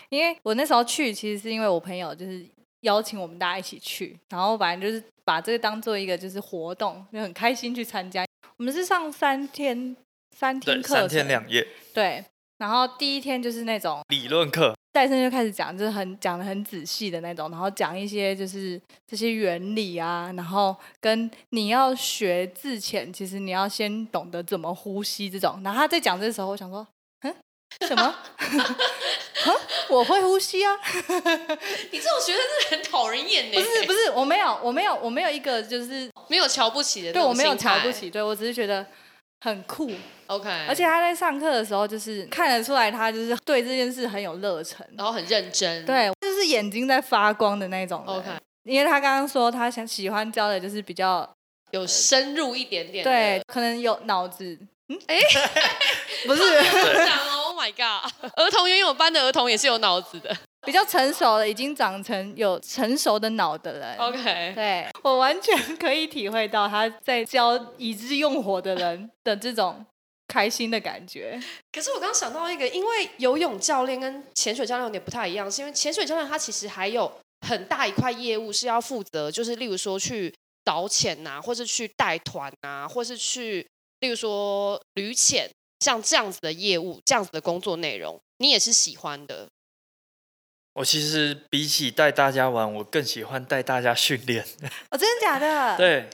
[SPEAKER 2] 因为我那时候去其实是因为我朋友就是邀请我们大家一起去，然后反正就是把这个当做一个就是活动，就很开心去参加。我们是上三天三天
[SPEAKER 3] 对，
[SPEAKER 2] 课程，
[SPEAKER 3] 三天两夜
[SPEAKER 2] 对。然后第一天就是那种
[SPEAKER 3] 理论课，
[SPEAKER 2] 戴森就开始讲，就是很讲的很仔细的那种，然后讲一些就是这些原理啊，然后跟你要学自潜，其实你要先懂得怎么呼吸这种。然后他在讲这时候，我想说，嗯，什么？ 哼我会呼吸啊，
[SPEAKER 1] 你这种学生真的很讨人厌呢。
[SPEAKER 2] 不是不是，我没有我没有我没有一个就是
[SPEAKER 1] 没有瞧不起的那
[SPEAKER 2] 对
[SPEAKER 1] 种
[SPEAKER 2] 我没
[SPEAKER 1] 心态，
[SPEAKER 2] 有瞧不起，对我只是觉得很酷，
[SPEAKER 1] OK，
[SPEAKER 2] 而且他在上课的时候，就是看得出来他就是对这件事很有热忱，
[SPEAKER 1] 然后很认真。
[SPEAKER 2] 对，就是眼睛在发光的那种人。
[SPEAKER 1] ，OK，
[SPEAKER 2] 因为他刚刚说他想喜欢教的就是比较
[SPEAKER 1] 有深入一点点。
[SPEAKER 2] 对，，可能有脑子，嗯，
[SPEAKER 1] 哎，
[SPEAKER 2] 不是
[SPEAKER 1] 长哦，Oh my god！儿童游泳班的儿童也是有脑子的。
[SPEAKER 2] 比较成熟的，已经长成有成熟的脑的人。
[SPEAKER 1] OK，
[SPEAKER 2] 对我完全可以体会到他在教已知用火的 人的这种开心的感觉。
[SPEAKER 1] 可是我刚想到一个，因为游泳教练跟潜水教练有点不太一样，是因为潜水教练他其实还有很大一块业务是要负责，就是例如说去导潜呐、或是去带团啊，或是去例如说旅潜，像这样子的业务，这样子的工作内容，你也是喜欢的。
[SPEAKER 3] 我其实比起带大家玩，我更喜欢带大家训练。
[SPEAKER 2] 哦，真的假的？。
[SPEAKER 3] 对，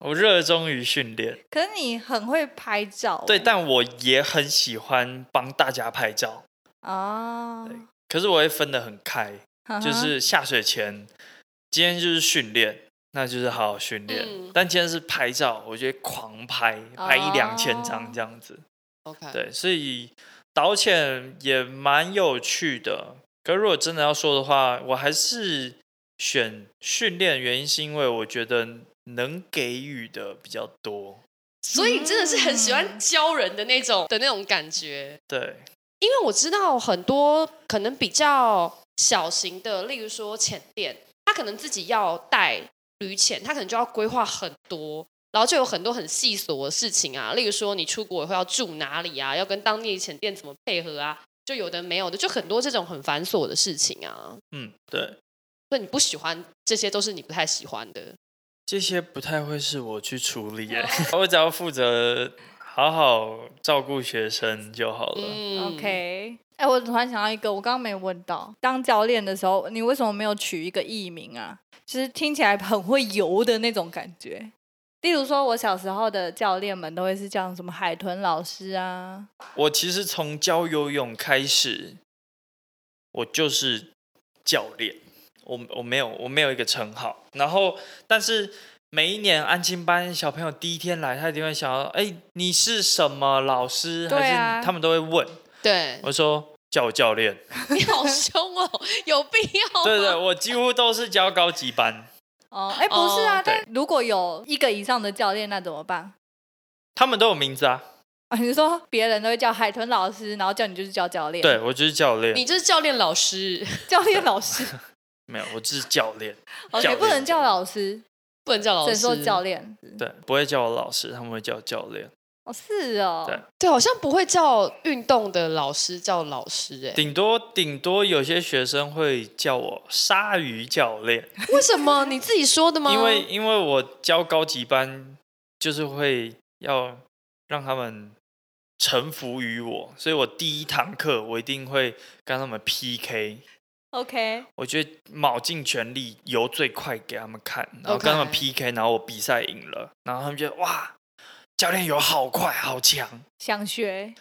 [SPEAKER 3] 我热衷于训练。
[SPEAKER 2] 可是你很会拍照。欸
[SPEAKER 3] 对，但我也很喜欢帮大家拍照，
[SPEAKER 2] 啊，
[SPEAKER 3] 对可是我会分得很开，
[SPEAKER 2] 哈哈
[SPEAKER 3] 就是下水前，今天就是训练，那就是好好训练。
[SPEAKER 1] 嗯
[SPEAKER 3] 但今天是拍照，我就会狂拍，拍一两千
[SPEAKER 2] 哦
[SPEAKER 3] 张这样子。
[SPEAKER 1] OK，，
[SPEAKER 3] 对，所以导潜也蛮有趣的。可如果真的要说的话，我还是选训练，原因是因为我觉得能给予的比较多。
[SPEAKER 1] 所以真的是很喜欢教人的那种的那种感觉。
[SPEAKER 3] 对，
[SPEAKER 1] 因为我知道很多可能比较小型的，例如说潜店，他可能自己要带旅潜，他可能就要规划很多，然后就有很多很细琐的事情啊，例如说你出国以后要住哪里啊，要跟当地潜店怎么配合啊，就有的没有的，就很多这种很繁琐的事情啊。
[SPEAKER 3] 嗯，对，
[SPEAKER 1] 所以你不喜欢这些，都是你不太喜欢的。
[SPEAKER 3] 这些不太会是我去处理耶， 我只要负责好好照顾学生就好了。
[SPEAKER 1] 嗯
[SPEAKER 2] OK，哎、我突然想到一个，我刚刚没问到，当教练的时候，你为什么没有取一个艺名啊？就是听起来很会游的那种感觉。例如说，我小时候的教练们都会是叫什么海豚老师啊，
[SPEAKER 3] 我其实从教游泳开始，我就是教练，我我没有我没有一个称号。然后，但是每一年安亲班小朋友第一天来，他一定会想要，哎、你是什么老师？
[SPEAKER 2] 对
[SPEAKER 3] 还
[SPEAKER 2] 啊
[SPEAKER 3] 是他们都会问。
[SPEAKER 1] 对，
[SPEAKER 3] 我说叫我教练。
[SPEAKER 1] 你好凶哦，有必要吗？
[SPEAKER 3] 对 对，我几乎都是教高级班。
[SPEAKER 2] 哦，哎、不是啊，
[SPEAKER 1] 哦
[SPEAKER 2] 但如果有一个以上的教练，那怎么办？
[SPEAKER 3] 他们都有名字啊，
[SPEAKER 2] 啊，你说别人都会叫海豚老师，然后叫你就是叫教练，
[SPEAKER 3] 对，我就是教练。
[SPEAKER 1] 你就是教练老师。
[SPEAKER 2] 教练老师，
[SPEAKER 3] 没有，我只是教练。
[SPEAKER 2] 哦，
[SPEAKER 3] 教
[SPEAKER 2] 你不
[SPEAKER 3] 练
[SPEAKER 2] 能叫老师，
[SPEAKER 1] 不能叫老
[SPEAKER 2] 只
[SPEAKER 1] 师，
[SPEAKER 2] 能说教练。
[SPEAKER 1] 嗯
[SPEAKER 3] 对，不会叫我老师，他们会叫教练。
[SPEAKER 2] 哦，是哦，
[SPEAKER 3] 对
[SPEAKER 1] 对，好像不会叫运动的老师叫老师、哎，
[SPEAKER 3] 顶多顶多有些学生会叫我鲨鱼教练，
[SPEAKER 1] 为什么你自己说的吗？
[SPEAKER 3] 因为因为我教高级班就是会要让他们臣服于我，所以我第一堂课我一定会跟他们 PK，
[SPEAKER 2] OK，
[SPEAKER 3] 我觉得卯尽全力游最快给他们看，然后跟他们
[SPEAKER 1] OK
[SPEAKER 3] PK，然后我比赛赢了，然后他们觉得哇，教练游好快好强，
[SPEAKER 2] 想学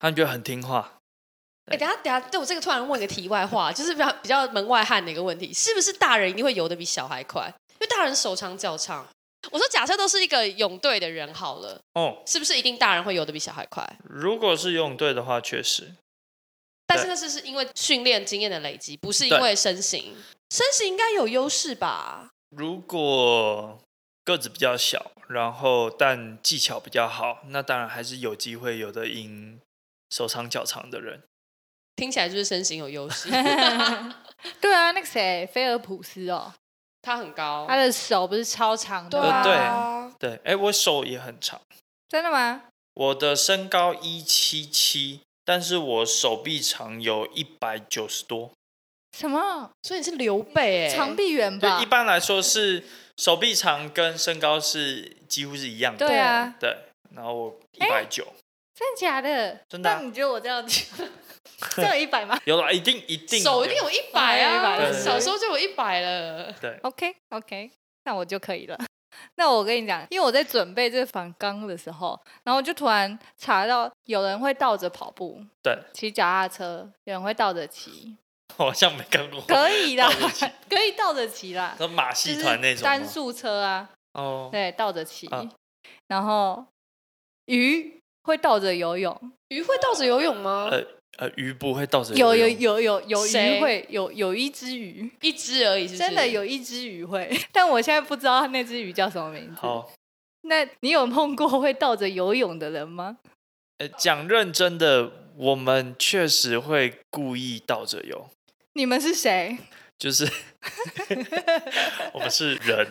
[SPEAKER 3] 他们觉得很听话。
[SPEAKER 1] 哎、等一下等一下，对我这个突然问个题外话，就是比较比较门外汉的一个问题，是不是大人一定会游得比小孩快？因为大人手长脚长。我说假设都是一个泳队的人好了，
[SPEAKER 3] 哦，
[SPEAKER 1] 是不是一定大人会游得比小孩快？
[SPEAKER 3] 如果是游泳队的话，确实
[SPEAKER 1] 但是那是是因为训练经验的累积，不是因
[SPEAKER 3] 对
[SPEAKER 1] 为身形，身形应该有优势吧？
[SPEAKER 3] 如果个子比较小，然后但技巧比较好，那当然还是有机会有的赢手长脚长的人。
[SPEAKER 1] 听起来就是身形有优 势，
[SPEAKER 2] 对啊，那个谁，菲尔普斯哦，
[SPEAKER 1] 他很高，
[SPEAKER 2] 他的手不是超长的
[SPEAKER 1] 对
[SPEAKER 2] 吗？
[SPEAKER 1] 啊，
[SPEAKER 3] 呃对，哎、我手也很长，
[SPEAKER 2] 真的吗？
[SPEAKER 3] 我的身高一七七，但是我手臂长有一百九十多。
[SPEAKER 2] 什么
[SPEAKER 1] 所以你是刘备哎、
[SPEAKER 2] 长臂猿
[SPEAKER 3] 就
[SPEAKER 2] 吧
[SPEAKER 3] 一？般来说是手臂长跟身高是几乎是一样的。
[SPEAKER 2] 对啊，
[SPEAKER 3] 对然后我一
[SPEAKER 2] 哎
[SPEAKER 3] 百九，
[SPEAKER 2] 真的假的？
[SPEAKER 3] 真的啊
[SPEAKER 2] 那你觉得我这样子 这样有一百吗
[SPEAKER 3] 有了，一定一定
[SPEAKER 1] 手
[SPEAKER 3] 有
[SPEAKER 1] 一定有一百啊，
[SPEAKER 2] 对
[SPEAKER 3] 对对
[SPEAKER 1] 小时候就有一百了。
[SPEAKER 3] 对，
[SPEAKER 2] ？OK OK，那我就可以了。那我跟你讲，因为我在准备这反纲的时候，然后我就突然查到有人会倒着跑步，
[SPEAKER 3] 对，
[SPEAKER 2] 骑脚踏车，有人会倒着骑，
[SPEAKER 3] 我好像没看过。
[SPEAKER 2] 可以啦
[SPEAKER 3] 倒 着骑，
[SPEAKER 2] 可以倒着骑啦，
[SPEAKER 3] 那马
[SPEAKER 2] 就
[SPEAKER 3] 戏
[SPEAKER 2] 是
[SPEAKER 3] 团那种吗
[SPEAKER 2] 单速车啊，
[SPEAKER 3] 哦，
[SPEAKER 2] 对，倒着骑
[SPEAKER 3] 啊，
[SPEAKER 2] 然后鱼会倒着游泳，
[SPEAKER 1] 鱼会倒着游泳吗？
[SPEAKER 3] 呃呃，鱼不会倒着
[SPEAKER 2] 有有
[SPEAKER 3] 游
[SPEAKER 2] 有
[SPEAKER 3] 泳，
[SPEAKER 2] 有有
[SPEAKER 1] 谁
[SPEAKER 2] 鱼会有有一只鱼，
[SPEAKER 1] 一只而已是不是，
[SPEAKER 2] 真的有一只鱼会， 但我现在不知道那只鱼叫什么名字。
[SPEAKER 3] 好，
[SPEAKER 2] 那你有碰过会倒着游泳的人吗？
[SPEAKER 3] 呃，讲认真的，我们确实会故意倒着游，
[SPEAKER 2] 你们是谁？
[SPEAKER 3] 就是 我们是 人，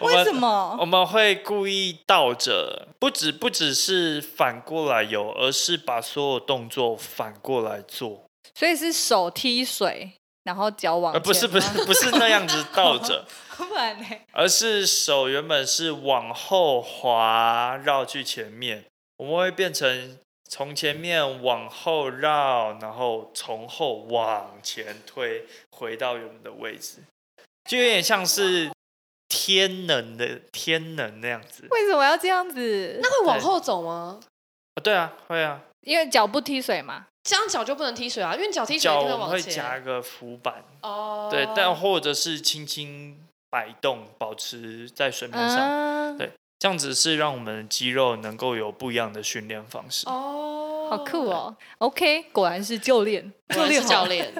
[SPEAKER 3] 我
[SPEAKER 2] 为
[SPEAKER 3] 们
[SPEAKER 2] 什么？
[SPEAKER 3] 我们会故意倒着，不只不只是反过来游，而是把所有动作反过来做，
[SPEAKER 2] 所以是手踢水，然后脚往
[SPEAKER 3] 呃，
[SPEAKER 2] 前、
[SPEAKER 3] 不是不
[SPEAKER 2] 啊
[SPEAKER 3] 是，不是那样子倒着，
[SPEAKER 2] 不然呢？
[SPEAKER 3] 而是手原本是往后滑绕去前面，我们会变成从前面往后绕，然后从后往前推，回到原本的位置，就有点像是天能的天能那样子。
[SPEAKER 2] 为什么要这样子？
[SPEAKER 1] 那会往后走吗？
[SPEAKER 3] 啊，对啊，会啊，
[SPEAKER 2] 因为脚不踢水嘛。
[SPEAKER 1] 这样脚就不能踢水啊，因为你脚踢水一
[SPEAKER 3] 脚
[SPEAKER 1] 定
[SPEAKER 3] 我们
[SPEAKER 1] 往
[SPEAKER 3] 会
[SPEAKER 1] 前。
[SPEAKER 3] 夹个浮板，
[SPEAKER 1] 哦，
[SPEAKER 3] 对，但或者是轻轻摆动，保持在水面上。
[SPEAKER 1] 啊
[SPEAKER 2] 嗯，
[SPEAKER 3] 对这样子是让我们的肌肉能够有不一样的训练方式。
[SPEAKER 1] 哦，
[SPEAKER 2] 好酷哦。OK，果然是教练，
[SPEAKER 1] 我也是
[SPEAKER 2] 好
[SPEAKER 1] 教。练。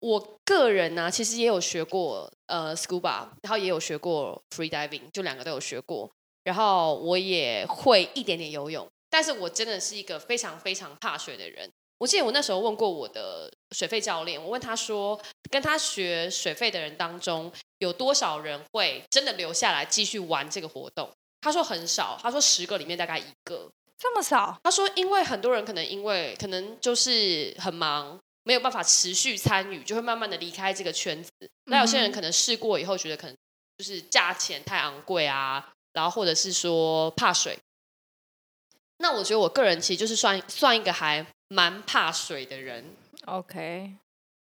[SPEAKER 1] 我个人呢、其实也有学过呃 scuba，然后也有学过 free diving，就两个都有学过。然后我也会一点点游泳，但是我真的是一个非常非常怕水的人。我记得我那时候问过我的水费教练，我问他说，跟他学水费的人当中，有多少人会真的留下来继续玩这个活动？他说很少，他说十个里面大概一个。
[SPEAKER 2] 这么少？
[SPEAKER 1] 他说，因为很多人可能因为可能就是很忙，没有办法持续参与，就会慢慢的离开这个圈子。那有些人可能试过以后，觉得可能就是价钱太昂贵啊，然后或者是说怕水。那我觉得我个人其实就是算算一个还蛮怕水的人。
[SPEAKER 2] OK，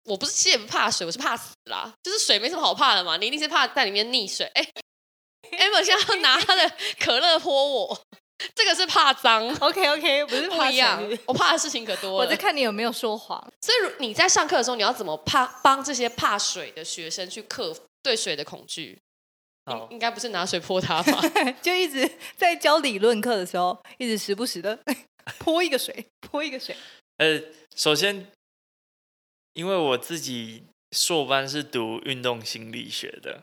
[SPEAKER 1] 我不是其实也不怕水，我是怕死啦。就是水没什么好怕的嘛，你一定是怕在里面溺水。哎、e m m a 现在要拿他的可乐泼我，这个是怕脏。
[SPEAKER 2] OK OK，不是
[SPEAKER 1] 不
[SPEAKER 2] 怕
[SPEAKER 1] 一样
[SPEAKER 2] 水，
[SPEAKER 1] 我怕的事情可多
[SPEAKER 2] 我
[SPEAKER 1] 了
[SPEAKER 2] 在。看你有没有说谎。
[SPEAKER 1] 所以如你在上课的时候，你要怎么怕帮这些怕水的学生去克服对水的恐惧？应
[SPEAKER 3] 好，
[SPEAKER 1] 应该不是拿水泼他吧？
[SPEAKER 2] 就一直在教理论课的时候，一直时不时的 泼一个水，泼一个水。
[SPEAKER 3] 呃，首先，因为我自己硕班是读运动心理学的，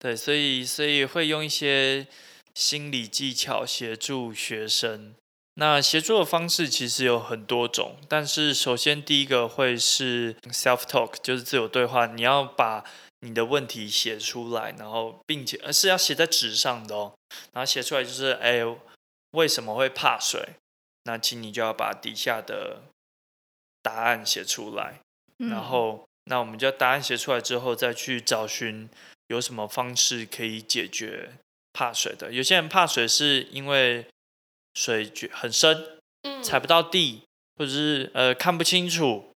[SPEAKER 3] 对，所以所以会用一些心理技巧协助学生。那协助的方式其实有很多种，但是首先第一个会是 self talk，就是自我对话。你要把你的问题写出来，然后并且呃是要写在纸上的哦，然后写出来就是哎为什么会怕水？那请你就要把底下的答案写出来，
[SPEAKER 2] 嗯
[SPEAKER 3] 然后那我们就答案写出来之后再去找寻有什么方式可以解决怕水的。有些人怕水是因为水觉很深，
[SPEAKER 1] 嗯
[SPEAKER 3] 踩不到地，或者是呃看不清楚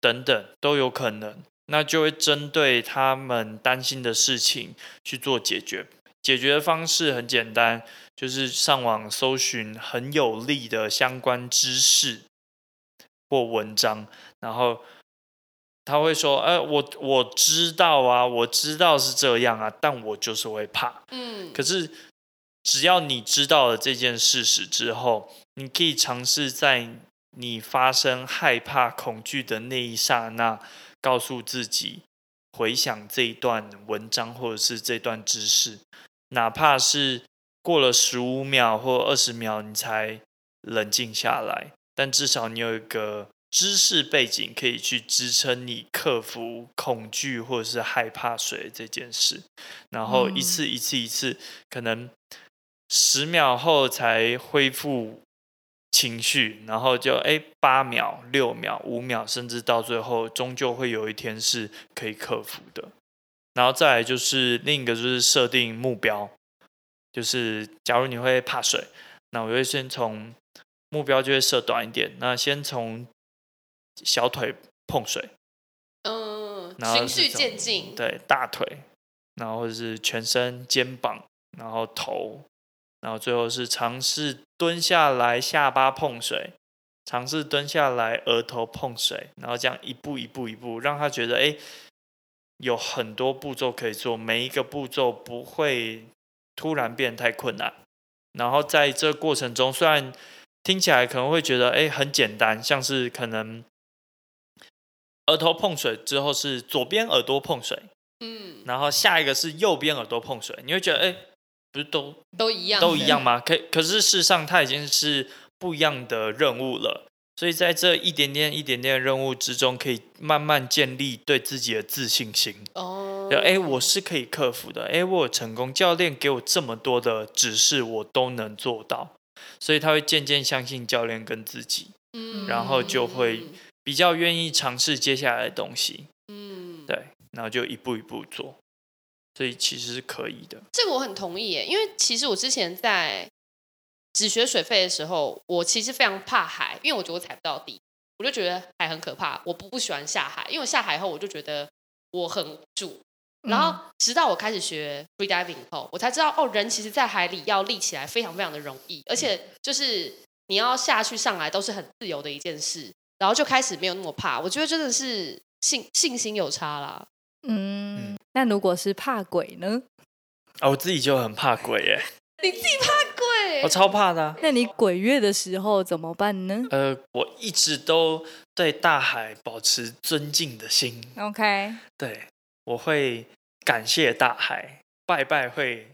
[SPEAKER 3] 等等都有可能。那就会针对他们担心的事情去做解决。解决的方式很简单，就是上网搜寻很有力的相关知识或文章，然后他会说：“呃，我我知道啊，我知道是这样啊，但我就是会怕。”
[SPEAKER 1] 嗯
[SPEAKER 3] 可是只要你知道了这件事实之后，你可以尝试在你发生害怕、恐惧的那一刹那，告诉自己，回想这一段文章或者是这段知识，哪怕是过了十五秒或二十秒，你才冷静下来，但至少你有一个。知识背景可以去支撑你克服恐惧或者是害怕水这件事，然后一
[SPEAKER 2] 嗯
[SPEAKER 3] 次一次一次，可能十秒后才恢复情绪，然后就哎八秒、六秒、五秒，甚至到最后，终究会有一天是可以克服的。然后再来就是另一个就是设定目标，就是假如你会怕水，那我会先从目标就会设短一点，那先从小腿碰水，
[SPEAKER 1] 嗯，
[SPEAKER 3] 然后
[SPEAKER 1] 循
[SPEAKER 3] 是
[SPEAKER 1] 序
[SPEAKER 3] 从
[SPEAKER 1] 渐进，
[SPEAKER 3] 对，大腿，然后或者是全身、肩膀，然后头，然后最后是尝试蹲下来，下巴碰水，尝试蹲下来，额头碰水，然后这样一步一步一步，让他觉得哎，诶有很多步骤可以做，每一个步骤不会突然变得太困难。然后在这过程中，虽然听起来可能会觉得哎、诶很简单，像是可能。额头碰水之后是左边耳朵碰水，
[SPEAKER 1] 嗯，
[SPEAKER 3] 然后下一个是右边耳朵碰水，你会觉得哎、诶不是都
[SPEAKER 1] 都一样，
[SPEAKER 3] 都一样，吗？可可是事实上它已经是不一样的任务了，所以在这一点点一点点的任务之中，可以慢慢建立对自己的自信心。
[SPEAKER 1] 哦，
[SPEAKER 3] 就哎、我是可以克服的，哎、我有成功，教练给我这么多的指示，我都能做到，所以他会渐渐相信教练跟自己，
[SPEAKER 1] 嗯
[SPEAKER 2] 然
[SPEAKER 3] 后就会比较愿意尝试接下来的东西。
[SPEAKER 1] 嗯，
[SPEAKER 3] 对，然后就一步一步做，所以其实是可以的。
[SPEAKER 1] 这个我很同意耶，因为其实我之前在只学水费的时候，我其实非常怕海，因为我觉得我踩不到底，我就觉得海很可怕，我不不喜欢下海，因为我下海后我就觉得我很无助。
[SPEAKER 2] 嗯
[SPEAKER 1] 然后直到我开始学 free diving 后，我才知道哦，人其实，在海里要立起来非常非常的容易，而且就是你要下去上来都是很自由的一件事，然后就开始没有那么怕。我觉得真的是信信心有差啦。
[SPEAKER 2] 嗯，那如果是怕鬼呢？
[SPEAKER 3] 啊，我自己就很怕鬼耶，
[SPEAKER 1] 你自己怕鬼，
[SPEAKER 3] 我超怕的啊、
[SPEAKER 2] 那你鬼月的时候怎么办呢
[SPEAKER 3] 呃，我一直都对大海保持尊敬的心，
[SPEAKER 2] ？OK，
[SPEAKER 3] 对我会感谢大海，拜拜会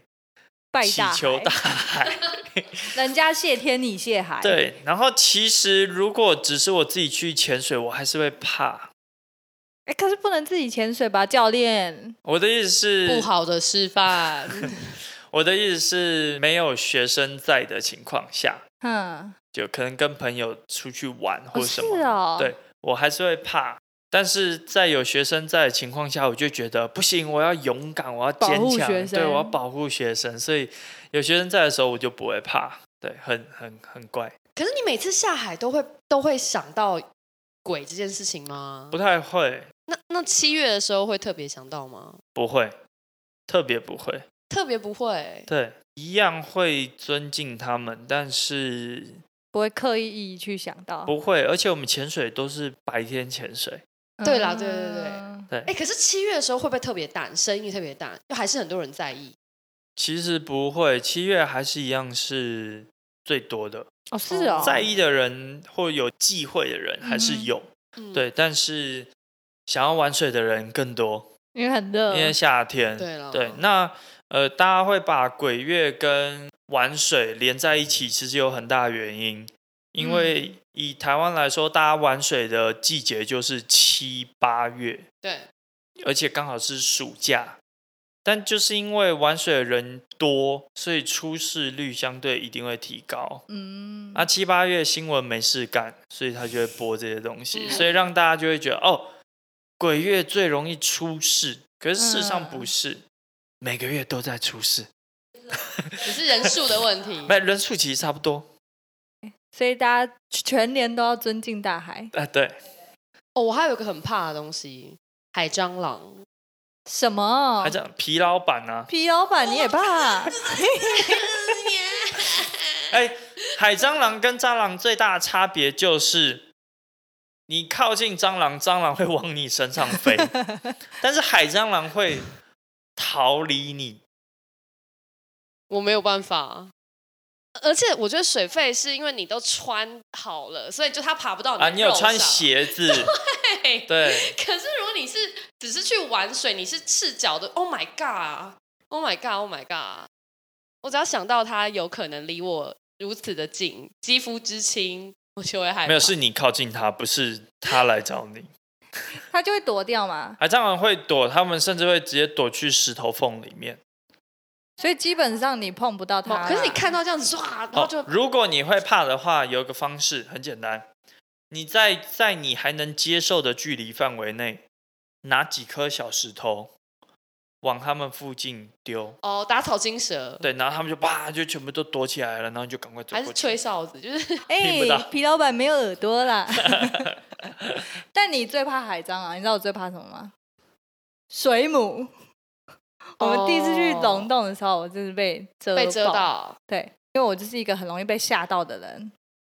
[SPEAKER 2] 拜
[SPEAKER 3] 祈
[SPEAKER 2] 大
[SPEAKER 3] 求
[SPEAKER 2] 海
[SPEAKER 3] 大 海。
[SPEAKER 2] 人家谢天，你谢海。，
[SPEAKER 3] 对，然后其实如果只是我自己去潜水，我还是会怕。
[SPEAKER 2] 哎，可是不能自己潜水吧，教练？
[SPEAKER 3] 我的意思是，
[SPEAKER 1] 不好的示范。
[SPEAKER 3] 我的意思是，没有学生在的情况下，
[SPEAKER 2] 哼，
[SPEAKER 3] 就可能跟朋友出去玩或
[SPEAKER 2] 哦
[SPEAKER 3] 什
[SPEAKER 2] 是
[SPEAKER 1] 啊
[SPEAKER 3] 么，
[SPEAKER 2] 哦，
[SPEAKER 3] 对，我还是会怕。但是在有学生在的情况下，我就觉得不行，我要勇敢，我要
[SPEAKER 2] 保
[SPEAKER 3] 坚
[SPEAKER 2] 护
[SPEAKER 3] 强
[SPEAKER 2] 学，
[SPEAKER 3] 对，我要
[SPEAKER 2] 生
[SPEAKER 3] 保护学生。所以有学生在的时候，我就不会怕。对，很很很怪，
[SPEAKER 1] 可是你每次下海都会都会想到鬼这件事情吗
[SPEAKER 3] 不？太会，
[SPEAKER 1] 那那七月的时候会特别想到吗？
[SPEAKER 3] 不会，特别不会。
[SPEAKER 1] 特别不会，
[SPEAKER 3] 对，一样会尊敬他们，但是
[SPEAKER 2] 不会刻意去想到。
[SPEAKER 3] 不会。而且我们潜水都是白天潜水，
[SPEAKER 1] 对啦对对对
[SPEAKER 2] 嗯
[SPEAKER 3] 对，
[SPEAKER 1] 哎、可是七月的时候会不会特别淡，声音特别淡，又还是很多人在意？
[SPEAKER 3] 其实不会。七月还是一样是最多的，
[SPEAKER 2] 哦，是哦，
[SPEAKER 3] 在意的人或有忌讳的人还
[SPEAKER 2] 嗯
[SPEAKER 3] 是
[SPEAKER 2] 哼
[SPEAKER 3] 有。
[SPEAKER 1] 嗯，
[SPEAKER 3] 对，但是想要玩水的人更多，
[SPEAKER 2] 因为很热，
[SPEAKER 3] 因为夏天。
[SPEAKER 1] 呃对了，哦
[SPEAKER 3] 那呃，大家会把鬼月跟玩水连在一起，其实有很大的原因。因
[SPEAKER 1] 嗯
[SPEAKER 3] 为以台湾来说，大家玩水的季节就是七八月，
[SPEAKER 1] 对，
[SPEAKER 3] 而且刚好是暑假，但就是因为玩水的人多，所以出事率相对一定会提高。
[SPEAKER 2] 嗯，
[SPEAKER 3] 啊，七八月新闻没事干，所以他就会播这些东西，
[SPEAKER 1] 嗯
[SPEAKER 3] 所以让大家就会觉得哦，鬼月最容易出事，可是事实
[SPEAKER 1] 嗯
[SPEAKER 3] 上不是，每个月都在出事，
[SPEAKER 1] 只是人数的问题。
[SPEAKER 3] 没人数其实差不多
[SPEAKER 2] 所以大家全年都要尊敬大海。
[SPEAKER 3] 啊、对，
[SPEAKER 1] 哦，我还有一个很怕的东西，海蟑螂。
[SPEAKER 2] 什
[SPEAKER 1] 哦
[SPEAKER 2] 么
[SPEAKER 3] 还？讲皮老板啊，
[SPEAKER 2] 皮老板你也 怕？
[SPEAKER 3] 哎、海蟑螂跟蟑螂最大的差别就是，你靠近蟑螂，蟑螂会往你身上 飞，但是海蟑螂会逃离你。
[SPEAKER 1] 我没有办法。而且我觉得水费是因为你都穿好了，所以就它爬不到你的
[SPEAKER 3] 啊，你有
[SPEAKER 1] 哦肉
[SPEAKER 3] 穿
[SPEAKER 1] 上。
[SPEAKER 3] 鞋子，
[SPEAKER 1] 对。
[SPEAKER 3] 对，
[SPEAKER 1] 可是如果你是只是去玩水，你是赤脚的，Oh my god，Oh my god，Oh my god！我只要想到它有可能离我如此的近，肌肤之亲，我就会害怕。
[SPEAKER 3] 没有，是你靠近它，不是它来找你。
[SPEAKER 2] 他就会躲掉嘛。
[SPEAKER 3] 海蟑螂会躲，它们甚至会直接躲去石头缝里面。
[SPEAKER 2] 所以基本上你碰不到他啦。
[SPEAKER 1] 哦可是你看到这样子唰，然后就、
[SPEAKER 3] 哦，如果你会怕的话，有一个方式很简单，你在在你还能接受的距离范围内，拿几颗小石头往他们附近丢，
[SPEAKER 1] 哦打草惊蛇，
[SPEAKER 3] 对，然后他们就啪就全部都躲起来了，然后你就赶快走
[SPEAKER 1] 还
[SPEAKER 3] 过
[SPEAKER 1] 是
[SPEAKER 3] 去。
[SPEAKER 1] 吹哨子，就是
[SPEAKER 2] 哎、
[SPEAKER 3] 听不到
[SPEAKER 2] 皮老板没有耳朵 啦。但你最怕海蟑螂，你知道我最怕什么吗？水母。我们第一次去
[SPEAKER 1] 哦
[SPEAKER 2] 龙洞的时候，我就是被遮
[SPEAKER 1] 被遮
[SPEAKER 2] 爆
[SPEAKER 1] 到。
[SPEAKER 2] 对，因为我就是一个很容易被吓到的人。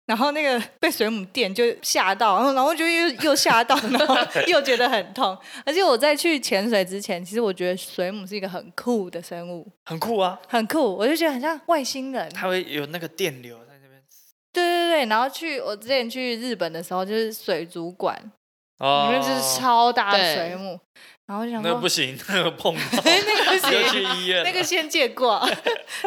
[SPEAKER 2] 然后那个 被水母电就吓到，然后然后就又又吓到，然 后又觉得很痛。而且我在去潜水之前，其实我觉得水母是一个很酷的生物，
[SPEAKER 3] 很酷啊，
[SPEAKER 2] 很酷，我就觉得很像外星人。
[SPEAKER 3] 它会有那个电流在那边。
[SPEAKER 2] 对对对，然后去我之前去日本的时候，就是水族馆，
[SPEAKER 3] 哦
[SPEAKER 2] 里面就是超大的
[SPEAKER 1] 对
[SPEAKER 2] 水母，然后就想
[SPEAKER 3] 那
[SPEAKER 2] 说
[SPEAKER 3] 个不行，那个碰 到
[SPEAKER 2] 那个不
[SPEAKER 3] 就去
[SPEAKER 2] 行，
[SPEAKER 3] 医院了。
[SPEAKER 2] 那个先借 过。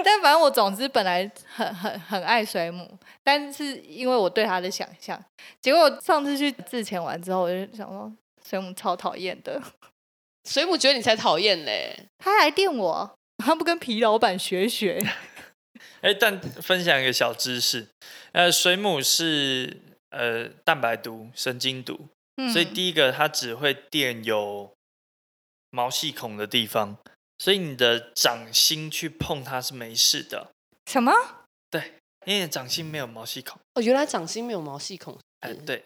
[SPEAKER 2] 但反正我总之本来很很很爱水母，但是因为我对它的想象，结果我上次去自潜完之后，我就想说水母超讨厌的，
[SPEAKER 1] 水母觉得你才讨厌嘞，
[SPEAKER 2] 它来电我，它不跟皮老板学 学，
[SPEAKER 3] 哎，但分享一个小知识，呃，水母是呃蛋白毒、神经毒，
[SPEAKER 2] 嗯
[SPEAKER 3] 所以第一个它只会电有毛细孔的地方，所以你的掌心去碰它是没事的，
[SPEAKER 2] 什么？
[SPEAKER 3] 因为你的掌心没有毛细孔。
[SPEAKER 1] 哦，原来掌心没有毛细孔，
[SPEAKER 3] 哎、
[SPEAKER 1] 嗯
[SPEAKER 3] 对。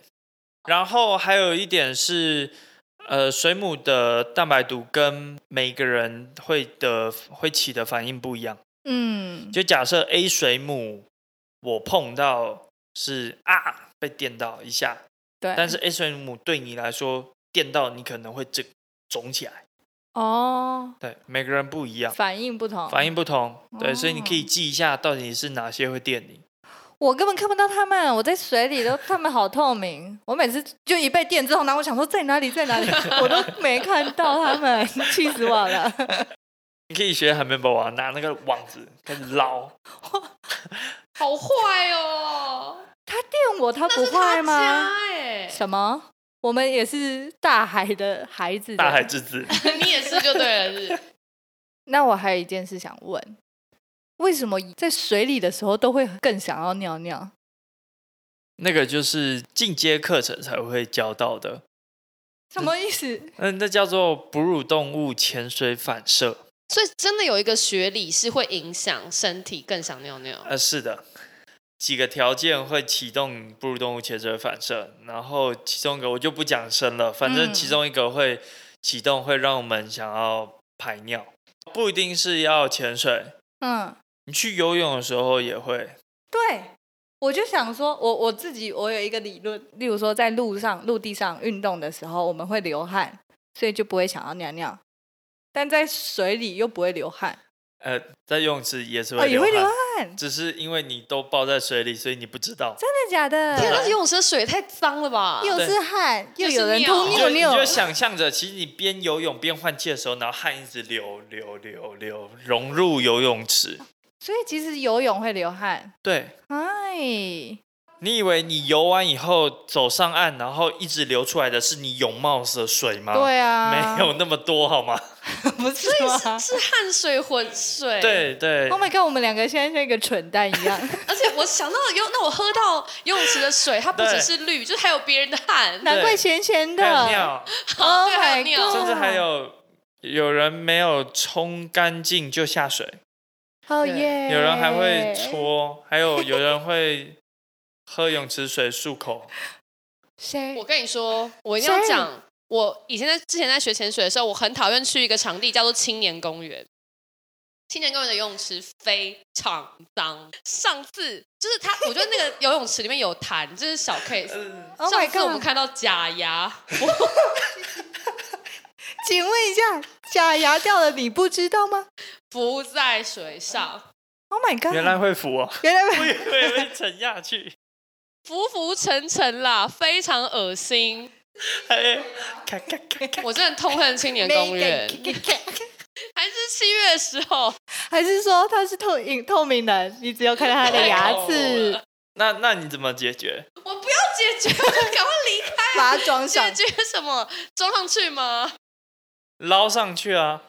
[SPEAKER 3] 然后还有一点是，呃，水母的蛋白毒跟每个人会的会起的反应不一样。
[SPEAKER 2] 嗯，
[SPEAKER 3] 就假设 A 水母我碰到是啊被电到一下，
[SPEAKER 2] 对，
[SPEAKER 3] 但是 A 水母对你来说电到你可能会整肿起来。
[SPEAKER 2] 哦，
[SPEAKER 3] 对，每个人不一样，
[SPEAKER 2] 反应不同，
[SPEAKER 3] 反应不同。对，所以你可以
[SPEAKER 2] 哦
[SPEAKER 3] 记一下到底是哪些会电你。
[SPEAKER 2] 我根本看不到它们，我在水里都，它们好透明。我每次就一被电之后，然后我想说在哪里，在哪里， 我都没看到它们，气死我了。
[SPEAKER 3] 你可以学海绵宝宝拿那个网子开始捞，
[SPEAKER 1] 好坏哦，
[SPEAKER 2] 电我它不坏
[SPEAKER 1] 那
[SPEAKER 2] 吗？
[SPEAKER 1] 是他
[SPEAKER 2] 什么？我们也是大海的孩子的
[SPEAKER 3] 大海之子。
[SPEAKER 1] 家 哎，你也是就对了，是
[SPEAKER 2] 那我还有一件事想问，为什么在水里的时候都会更想要尿尿？
[SPEAKER 3] 那个就是进阶课程才会教到的，
[SPEAKER 2] 什么意思？
[SPEAKER 3] 嗯，那叫做哺乳动物潜水反射。
[SPEAKER 1] 所以真的有一个学理是会影响身体更想尿尿。
[SPEAKER 3] 呃，是的，几个条件会启动哺乳动物潜水反射，然后其中一个我就不讲深了，反正其
[SPEAKER 2] 嗯
[SPEAKER 3] 中一个会启动，会让我们想要排尿，不一定是要潜水，
[SPEAKER 2] 嗯，
[SPEAKER 3] 你去游泳的时候也会，
[SPEAKER 2] 对，我就想说，我我自己我有一个理论，例如说在路上、陆地上运动的时候，我们会流汗，所以就不会想要尿尿。但在水里又不会流汗，
[SPEAKER 3] 呃，在游泳池也是
[SPEAKER 2] 哦，
[SPEAKER 3] 会
[SPEAKER 2] 也会
[SPEAKER 3] 汗，
[SPEAKER 2] 流汗，真
[SPEAKER 3] 只是因为你都抱在水里，所以你不知道，
[SPEAKER 2] 的假的？
[SPEAKER 1] 天啊，那游泳池的水太脏了吧？
[SPEAKER 2] 又是汗，又有人
[SPEAKER 1] 就是
[SPEAKER 2] 吐
[SPEAKER 3] 你
[SPEAKER 2] 尿
[SPEAKER 3] 就你
[SPEAKER 2] 尿，
[SPEAKER 3] 就想象着，其实你边游泳边换气的时候，然后汗一直流流流流融入游泳池，
[SPEAKER 2] 所以其实游泳会流汗。
[SPEAKER 3] 对，
[SPEAKER 2] 哎，
[SPEAKER 3] 你以为你游完以后走上岸，然后一直流出来的是你泳帽子的水吗？、
[SPEAKER 2] 对啊，
[SPEAKER 3] 没有那么多好吗？
[SPEAKER 2] 不是吗
[SPEAKER 1] 是汗水混水。，
[SPEAKER 3] 对对
[SPEAKER 2] ？Oh my god，我们两个现在像一个蠢蛋一样，
[SPEAKER 1] 而且我想到有，那我喝到游泳池的水，它不
[SPEAKER 3] 对
[SPEAKER 1] 只是绿，就是还有别人的汗。
[SPEAKER 2] 难怪咸咸的。
[SPEAKER 3] 还有尿，
[SPEAKER 2] Oh
[SPEAKER 1] 对
[SPEAKER 2] my
[SPEAKER 1] 还有尿
[SPEAKER 2] god，
[SPEAKER 3] 甚至还有有人没有冲干净就下水，
[SPEAKER 2] 哦
[SPEAKER 1] 对
[SPEAKER 2] 耶，
[SPEAKER 3] 有人还会搓，还有有人会喝泳池水漱 口。
[SPEAKER 2] 谁
[SPEAKER 1] 我？跟你说，我一定要
[SPEAKER 2] 谁
[SPEAKER 1] 讲，我以前在之前在学潜水的时候，我很讨厌去一个场地叫做青年公园。青年公园的游泳池非常脏。上次就是他，我觉得那个游泳池里面有痰，这、是小 case。
[SPEAKER 2] Oh
[SPEAKER 1] 上
[SPEAKER 2] my
[SPEAKER 1] 次我们
[SPEAKER 2] god！
[SPEAKER 1] 看到假牙，
[SPEAKER 2] 请问一下，假牙掉了，你不知道吗
[SPEAKER 1] 浮在水上，
[SPEAKER 2] ？Oh my god！
[SPEAKER 3] 原来会 浮哦，
[SPEAKER 2] 原来
[SPEAKER 3] 我以为会沉下去，
[SPEAKER 1] 浮浮沉沉啦，非常恶心。
[SPEAKER 3] 还咔咔咔咔。
[SPEAKER 1] 我真的痛恨青年公园，还是七月的时候，
[SPEAKER 2] 还是说他是透影透明的，你只有看到他的牙齿，
[SPEAKER 3] 那那你怎么解决？
[SPEAKER 1] 我不要解决，我赶快离开。
[SPEAKER 2] 把它装上
[SPEAKER 1] 解。决什么？装上去吗？
[SPEAKER 3] 捞上去啊！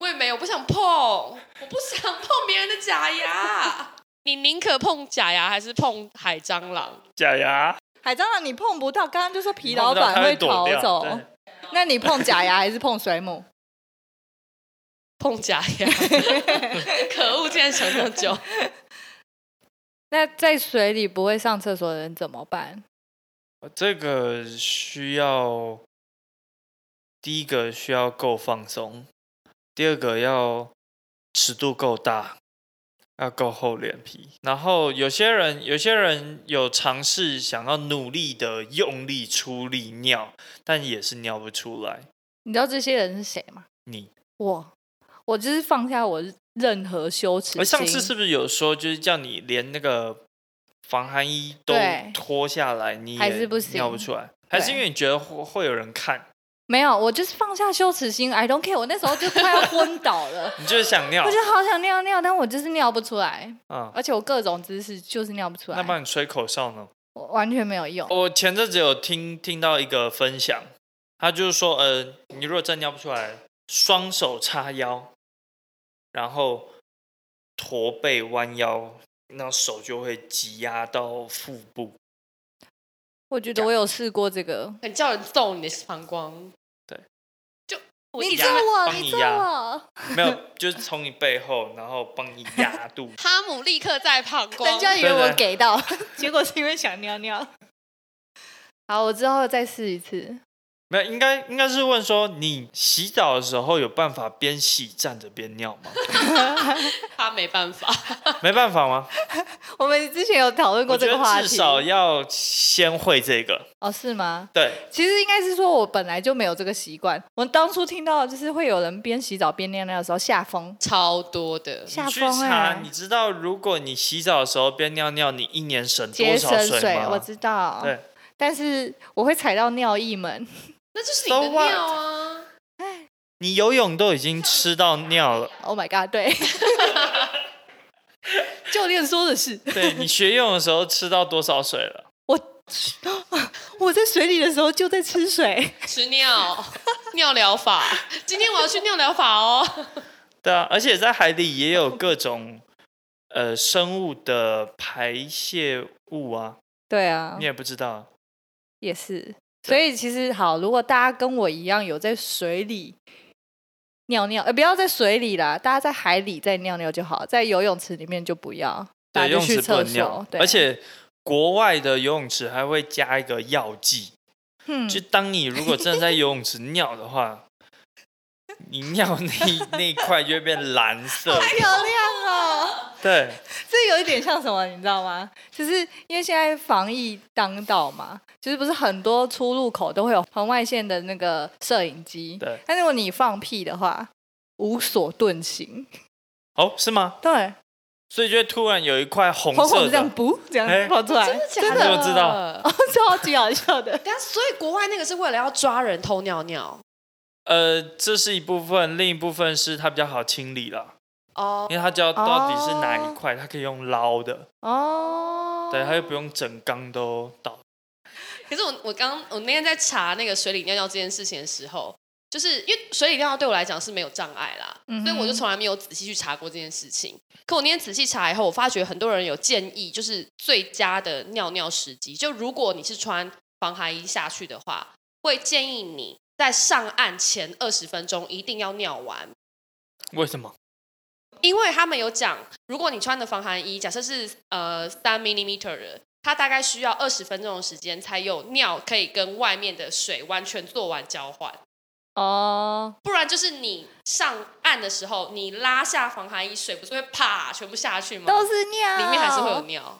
[SPEAKER 1] 我也没有，我不想碰，我不想碰别人的假牙。你宁可碰假牙，还是碰海蟑螂？
[SPEAKER 3] 假牙，
[SPEAKER 2] 海蟑螂你碰不到，刚刚就说皮老
[SPEAKER 3] 碰不到
[SPEAKER 2] 板
[SPEAKER 3] 它会
[SPEAKER 2] 逃
[SPEAKER 3] 躲掉
[SPEAKER 2] 走
[SPEAKER 3] 对。
[SPEAKER 2] 那你碰假牙还是碰水母？
[SPEAKER 1] 碰假 牙，可恶！竟然想那么久，
[SPEAKER 2] 那在水里不会上厕所的人怎么办？
[SPEAKER 3] 呃这个需要第一个需要够放松，第二个要尺度够大，要够厚脸皮。然后有些人，有些人有尝试想要努力的用力出力尿，但也是尿不出来。
[SPEAKER 2] 你知道这些人是谁吗？
[SPEAKER 3] 你，
[SPEAKER 2] 我，我就是放下我任何羞耻
[SPEAKER 3] 我
[SPEAKER 2] 心。
[SPEAKER 3] 哎上次是不是有说，就是叫你连那个防寒衣都
[SPEAKER 2] 对
[SPEAKER 3] 脱下来，你也
[SPEAKER 2] 还是不
[SPEAKER 3] 尿不
[SPEAKER 2] 行
[SPEAKER 3] 出来，还是
[SPEAKER 2] 对
[SPEAKER 3] 因为你觉得会会有人看，
[SPEAKER 2] 没有，我就是放下羞耻心，I don't care。我那时候就快要昏倒了
[SPEAKER 3] ，你就是想尿
[SPEAKER 2] 我，就好想尿尿，但我就是尿不出来，
[SPEAKER 3] 嗯。
[SPEAKER 2] 而且我各种姿势就是尿不出
[SPEAKER 3] 那哦帮
[SPEAKER 2] 来，
[SPEAKER 3] 你吹口哨呢？
[SPEAKER 2] 我完全没有用。
[SPEAKER 3] 我前阵子有听听到一个分享，他就是说，呃，你如果真尿不出来，双手叉腰，然后驼背弯腰，那手就会挤压到腹部。
[SPEAKER 2] 我觉得我有试过这个，
[SPEAKER 1] 很叫人揍你的膀胱。
[SPEAKER 3] 对，
[SPEAKER 1] 就我
[SPEAKER 2] 你
[SPEAKER 1] 一
[SPEAKER 2] 揍
[SPEAKER 1] 压。
[SPEAKER 2] 我，
[SPEAKER 3] 帮
[SPEAKER 2] 你
[SPEAKER 3] 你
[SPEAKER 2] 揍
[SPEAKER 3] 压
[SPEAKER 2] 我，
[SPEAKER 3] 没 有，就是从你背后，然后帮你压 肚
[SPEAKER 1] 哈姆立刻在膀胱。
[SPEAKER 2] 人家以为
[SPEAKER 3] 对对
[SPEAKER 2] 我给 到，结果是因为想尿尿。好，我之后再试一次。
[SPEAKER 3] 没有，应该应该是问说，你洗澡的时候有办法边洗站着边尿 吗？
[SPEAKER 1] 他没办法，
[SPEAKER 3] 没办法吗？
[SPEAKER 2] 我们之前有讨论过
[SPEAKER 3] 我
[SPEAKER 2] 这
[SPEAKER 3] 觉
[SPEAKER 2] 个话
[SPEAKER 3] 得
[SPEAKER 2] 题，
[SPEAKER 3] 至少要先会这个。
[SPEAKER 2] 哦，是吗？
[SPEAKER 3] 对，
[SPEAKER 2] 其实应该是说，我本来就没有这个习惯。我当初听到就是会有人边洗澡边尿尿的时候下风，
[SPEAKER 1] 超多的。
[SPEAKER 2] 下
[SPEAKER 3] 你去
[SPEAKER 2] 风哎、
[SPEAKER 3] 查，你知道如果你洗澡的时候边尿尿，你一年省多
[SPEAKER 2] 节
[SPEAKER 3] 少
[SPEAKER 2] 省
[SPEAKER 3] 吗？
[SPEAKER 2] 我知道。
[SPEAKER 3] 对，
[SPEAKER 2] 但是我会踩到尿意们，
[SPEAKER 1] 那就是你的
[SPEAKER 3] So what？
[SPEAKER 1] 尿啊！
[SPEAKER 3] 你游泳都已经吃到 尿了，
[SPEAKER 2] Oh my god！对，教练说的是，
[SPEAKER 3] 对你学泳的时候吃到多少水了？
[SPEAKER 2] 我 我在水里的时候就在吃水，
[SPEAKER 1] 吃尿，尿疗法。今天我要去尿疗法哦。
[SPEAKER 3] 对啊，而且在海里也有各种呃生物的排泄物啊，
[SPEAKER 2] 对啊
[SPEAKER 3] 你，也不知道啊。
[SPEAKER 2] 也是。所以其实好，如果大家跟我一样有在水里尿尿，呃，不要在水里啦，大家在海里再尿尿就好，在游泳池里面就不要，大
[SPEAKER 3] 对，
[SPEAKER 2] 家就
[SPEAKER 3] 泳
[SPEAKER 2] 去
[SPEAKER 3] 池不
[SPEAKER 2] 厕
[SPEAKER 3] 能尿
[SPEAKER 2] 所。，对，
[SPEAKER 3] 而且国外的游泳池还会加一个药剂，
[SPEAKER 2] 嗯，
[SPEAKER 3] 就当你如果真的在游泳池尿的 话，你尿那一那一块就会变蓝色。
[SPEAKER 2] 漂亮哦！
[SPEAKER 3] 对，
[SPEAKER 2] 这有一点像什么，你知道吗？就是因为现在防疫当道嘛，就是不是很多出入口都会有红外线的那个摄影机？
[SPEAKER 3] 对
[SPEAKER 2] 但如果你放屁的话，无所遁形。
[SPEAKER 3] 哦，是吗？
[SPEAKER 2] 对，
[SPEAKER 3] 所以就会突然有一块红
[SPEAKER 2] 红红
[SPEAKER 3] 色
[SPEAKER 2] 的这样
[SPEAKER 3] 的，
[SPEAKER 2] 不这
[SPEAKER 3] 哎
[SPEAKER 2] 样跑出来，
[SPEAKER 1] 真的
[SPEAKER 3] 你怎么知道
[SPEAKER 2] 哦， 超级好笑的。
[SPEAKER 1] 等下，所以国外那个是为了要抓人偷尿尿
[SPEAKER 3] 呃，这是一部分，另一部分是它比较好清理啦，
[SPEAKER 1] 哦
[SPEAKER 3] 因为它知道到底是哪一块，它可以用捞的。
[SPEAKER 2] 哦，
[SPEAKER 1] 哦，
[SPEAKER 3] 对，他就不用整缸都倒。
[SPEAKER 1] 可是我我刚我那天在查那个水里尿尿这件事情的时候，就是因为水里尿尿对我来讲是没有障碍啦，
[SPEAKER 2] 嗯哼
[SPEAKER 1] 所以我就从来没有仔细去查过这件事情。可我那天仔细查以后，我发觉很多人有建议，就是最佳的尿尿时机，就如果你是穿防寒衣下去的话，会建议你在上岸前二十分钟一定要尿完。
[SPEAKER 3] 为什么？
[SPEAKER 1] 因为他们有讲，如果你穿的防寒衣，假设是呃三 millimeter 的，它大概需要二十分钟的时间才有尿可以跟外面的水完全做完交换，
[SPEAKER 2] 哦，
[SPEAKER 1] 不然就是你上岸的时候，你拉下防寒衣，水不是会啪全部下去吗？
[SPEAKER 2] 都是
[SPEAKER 3] 啊
[SPEAKER 2] 尿，
[SPEAKER 1] 里面还是会有尿。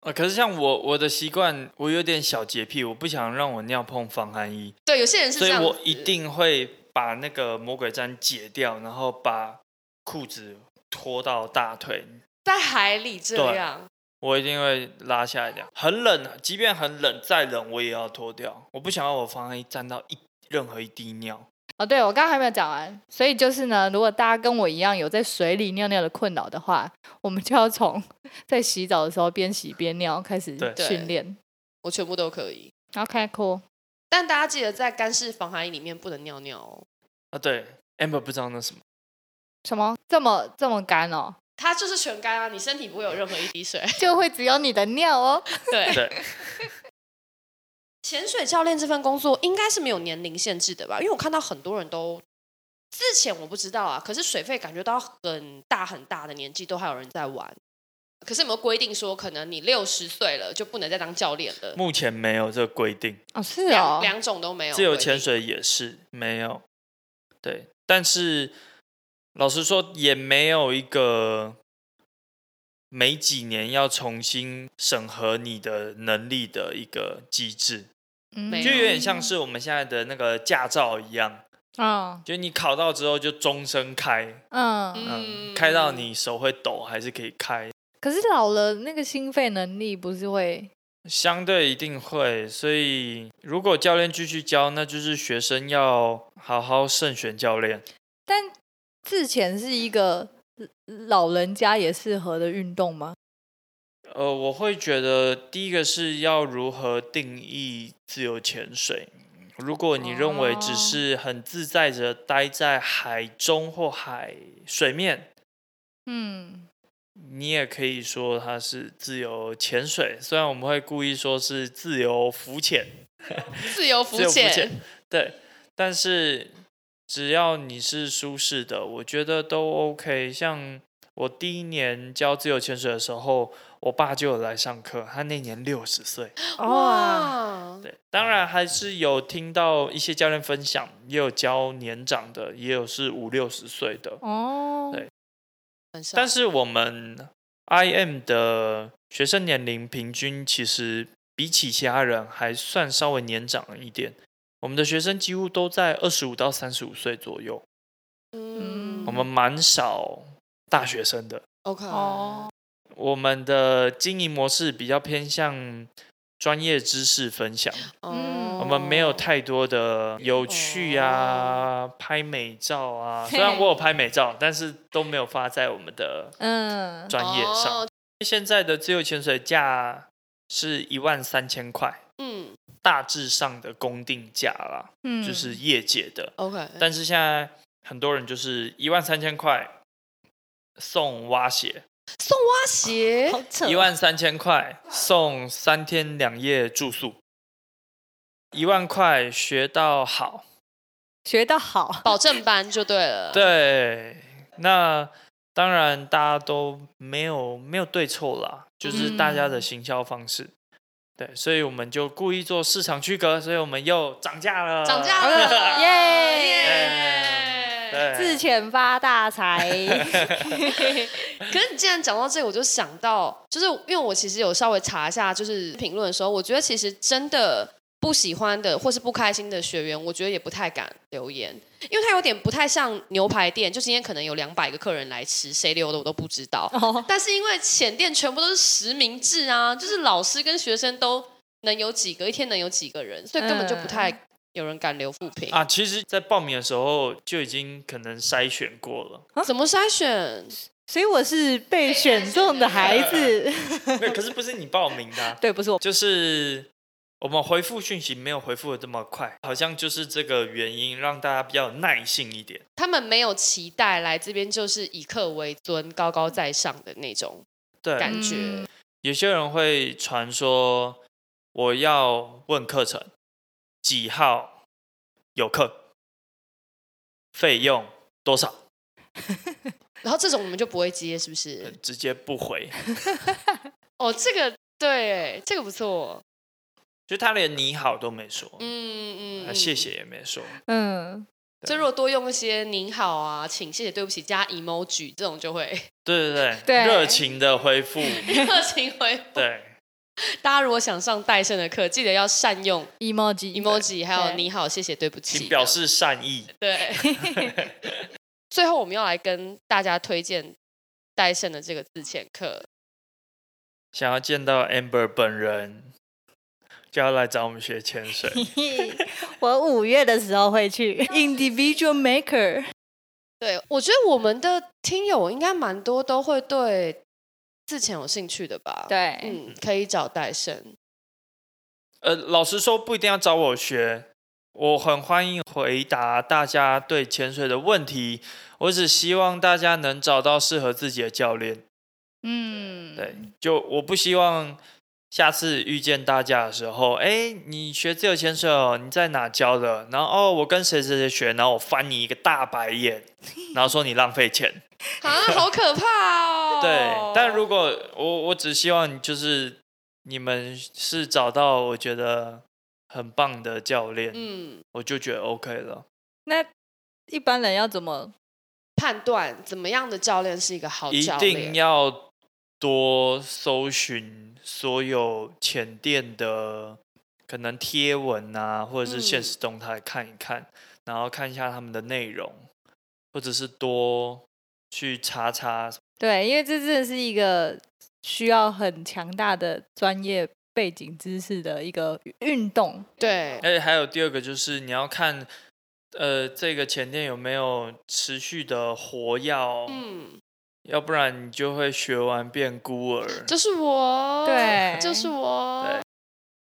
[SPEAKER 3] 呃，可是像我我的习惯，我有点小洁癖，我不想让我尿碰防寒衣，
[SPEAKER 1] 对，有些人是
[SPEAKER 3] 所
[SPEAKER 1] 这
[SPEAKER 3] 以
[SPEAKER 1] 样子，
[SPEAKER 3] 我一定会把那个魔鬼毡解掉，然后把裤子脱到大腿，
[SPEAKER 1] 在海里这样。
[SPEAKER 3] 我一定会拉下来的。很冷，啊，即便很冷，再冷我也要脱掉。我不想要我防寒衣沾到一任何一滴尿。
[SPEAKER 2] 哦，对，我刚刚还没有讲完，所以就是呢，如果大家跟我一样有在水里尿尿的困扰的话，我们就要从 在洗澡的时候边洗边尿开始
[SPEAKER 3] 对
[SPEAKER 2] 训练。
[SPEAKER 1] 我全部都可以，
[SPEAKER 2] OK，cool。
[SPEAKER 1] 但大家记得在干式防寒衣里面不能尿尿哦，
[SPEAKER 3] 啊，对，amber 不知道那什么。
[SPEAKER 2] 什么这么这么干哦？
[SPEAKER 1] 它就是全干啊，你身体不会有任何一滴水。
[SPEAKER 2] 就会只有你的尿哦。
[SPEAKER 1] 对
[SPEAKER 3] 对，
[SPEAKER 1] 潜水教练这份工作应该是没有年龄限制的吧？因为我看到很多人都之前我不知道啊，可是水费感觉到很大很大的年纪都还有人在玩。可是有没有规定说，可能你六十岁了就不能再当教练了？
[SPEAKER 3] 目前没有这个规定，
[SPEAKER 2] 哦，是
[SPEAKER 1] 两
[SPEAKER 2] 哦，
[SPEAKER 1] 两种都没有。
[SPEAKER 3] 自由潜，水也是没有。对，但是老实说，也没有一个每几年要重新审核你的能力的一个机制，
[SPEAKER 2] 嗯
[SPEAKER 1] 没
[SPEAKER 3] 就有点像是我们现在的那个驾照一样，
[SPEAKER 2] 嗯
[SPEAKER 3] 就你考到之后就终身开，
[SPEAKER 2] 嗯。
[SPEAKER 3] 嗯，开到你手会抖还是可以开，
[SPEAKER 2] 可是老了那个心肺能力不是会
[SPEAKER 3] 相对一定会，所以如果教练继续教，那就是学生要好好慎选教练。
[SPEAKER 2] 但之前是一个老人家也适合的运动吗？
[SPEAKER 3] 呃，我会觉得第一个是要如何定义自由潜水。如果你认为只
[SPEAKER 2] 哦
[SPEAKER 3] 是很自在着待在海中或海水面，
[SPEAKER 2] 嗯，
[SPEAKER 3] 你也可以说它是自由潜水。虽然我们会故意说是自由浮潜，
[SPEAKER 1] 自由浮
[SPEAKER 3] 自由浮
[SPEAKER 1] 潜，
[SPEAKER 3] 潜，对，但是只要你是舒适的，我觉得都 OK。像我第一年教自由潜水的时候，我爸就有来上课，他那年六十岁。
[SPEAKER 2] 哇，
[SPEAKER 1] 哇！
[SPEAKER 3] 对，当然还是有听到一些教练分享，也有教年长的，也有是五六十岁的。
[SPEAKER 2] 哦，
[SPEAKER 3] 对
[SPEAKER 1] 很少
[SPEAKER 3] 但是我们 IM 的学生年龄平均其实比起其他人还算稍微年长了一点。我们的学生几乎都在二十五到三十五岁左右，
[SPEAKER 1] 嗯
[SPEAKER 3] 我们蛮少大学生的。
[SPEAKER 1] OK
[SPEAKER 2] 哦，
[SPEAKER 3] 我们的经营模式比较偏向专业知识分享。
[SPEAKER 2] 嗯
[SPEAKER 1] 哦
[SPEAKER 3] 我们没有太多的有趣啊，拍美照啊。虽然我有拍美照，但是都没有发在我们的
[SPEAKER 2] 嗯，
[SPEAKER 3] 专业上。
[SPEAKER 1] 哦
[SPEAKER 3] 现在的自由潜水价是一万三千块，
[SPEAKER 1] 嗯
[SPEAKER 3] 大致上的公定价啦，
[SPEAKER 2] 嗯
[SPEAKER 3] 就是业界的。
[SPEAKER 1] OK，
[SPEAKER 3] 但是现在很多人就是一万三千块送蛙鞋，
[SPEAKER 1] 送蛙鞋
[SPEAKER 2] 好扯
[SPEAKER 3] 一万三千块送三天两夜住宿，一万块学到好。
[SPEAKER 2] 学到好，
[SPEAKER 1] 保证班就对了。
[SPEAKER 3] 对，啊那当然大家都没有没有对错啦，就是大家的
[SPEAKER 2] 嗯
[SPEAKER 3] 行销方式。对，所以我们就故意做市场区隔，所以我们又涨价了，
[SPEAKER 1] 涨价
[SPEAKER 2] 了
[SPEAKER 1] 了，
[SPEAKER 2] 哎耶
[SPEAKER 1] 耶！
[SPEAKER 3] 对，
[SPEAKER 2] 自遣发大 财，
[SPEAKER 1] 可是你既然讲到这个，我就想到，就是因为我其实有稍微查一下，就是评论的时候，我觉得其实真的不喜欢的或是不开心的学员，我觉得也不太敢留言，因为他有点不太像牛排店，就今天可能有两百个客人来吃，谁留的我都不知道。
[SPEAKER 2] 哦，
[SPEAKER 1] 但是因为浅店全部都是实名制啊，就是老师跟学生都能有几个，一天能有几个人，所以根本就不太有人敢留负评。
[SPEAKER 3] 啊，其实，在报名的时候就已经可能筛选过了，
[SPEAKER 1] 怎么筛选？
[SPEAKER 2] 所以我是被选中的孩子。
[SPEAKER 3] 没有，可是不是你报名的 啊、
[SPEAKER 2] 对，不是 我。
[SPEAKER 3] 就是我们回复讯息没有回复的这么快，好像就是这个原因让大家比较有耐性一点。
[SPEAKER 1] 他们没有期待来这边就是以客为尊、高高在上的那种
[SPEAKER 3] 对，
[SPEAKER 1] 感觉
[SPEAKER 2] 嗯。
[SPEAKER 3] 有些人会传说我要问课程几号有课，费用多少，
[SPEAKER 1] 然后这种我们就不会接，是不是？
[SPEAKER 3] 呃直接不回，
[SPEAKER 1] 哦，这个对，这个不错。
[SPEAKER 3] 就他连你好都没说，
[SPEAKER 1] 嗯嗯
[SPEAKER 3] 啊，
[SPEAKER 1] 嗯，
[SPEAKER 3] 谢。谢也没说，
[SPEAKER 2] 嗯，
[SPEAKER 1] 所以如果多用一些“您好”啊，请、谢谢、对不起加 emoji 这种，就会
[SPEAKER 3] 对对
[SPEAKER 2] 对
[SPEAKER 3] 热情的回复，
[SPEAKER 1] 热情回复。
[SPEAKER 3] 对，
[SPEAKER 1] 大家如果想上戴胜的课，记得要善用
[SPEAKER 2] emoji
[SPEAKER 1] emoji，还有
[SPEAKER 2] 对
[SPEAKER 1] “你好”、“谢谢”、“对不起”，
[SPEAKER 3] 请表示善意。
[SPEAKER 1] 对。最后，我们要来跟大家推荐戴胜的这个自潜课。
[SPEAKER 3] 想要见到 Amber 本人，就要来找我们学潜水。
[SPEAKER 2] 我五月的时候会 去 individual maker。
[SPEAKER 1] 对，我觉得我们的听友应该蛮多都会对自潜有兴趣的吧？，
[SPEAKER 2] 对
[SPEAKER 1] 嗯，可以找戴胜。
[SPEAKER 3] 呃，老实说，不一定要找我学，我很欢迎回答大家对潜水的问题。我只希望大家能找到适合自己的教练。
[SPEAKER 2] 嗯，
[SPEAKER 3] 对，就我不希望下次遇见大家的时候，哎，你学自由潜水哦，你在哪教的？然后哦，我跟谁谁谁学，然后我翻你一个大白眼，然后说你浪费钱。
[SPEAKER 1] 啊，好可怕哦！
[SPEAKER 3] 对，但如果我我只希望就是你们是找到我觉得很棒的教练，
[SPEAKER 1] 嗯
[SPEAKER 3] 我就觉得 OK 了。
[SPEAKER 2] 那一般人要怎么？
[SPEAKER 1] 判断怎么样的教练是一个好
[SPEAKER 3] 一
[SPEAKER 1] 教
[SPEAKER 3] 定
[SPEAKER 1] 练，
[SPEAKER 3] 要多搜寻所有浅店的可能贴文啊，或者是现
[SPEAKER 1] 嗯
[SPEAKER 3] 实动态看一看，然后看一下他们的内容，或者是多去查查
[SPEAKER 2] 对，因为这真的是一个需要很强大的专业背景知识的一个运动。
[SPEAKER 1] 对，
[SPEAKER 3] 而且还有第二个就是你要看，呃，这个前店有没有持续的活药，
[SPEAKER 1] 嗯，
[SPEAKER 3] 要不然你就会学完变孤儿。
[SPEAKER 1] 就是我，
[SPEAKER 2] 对
[SPEAKER 1] 就是我
[SPEAKER 3] 对，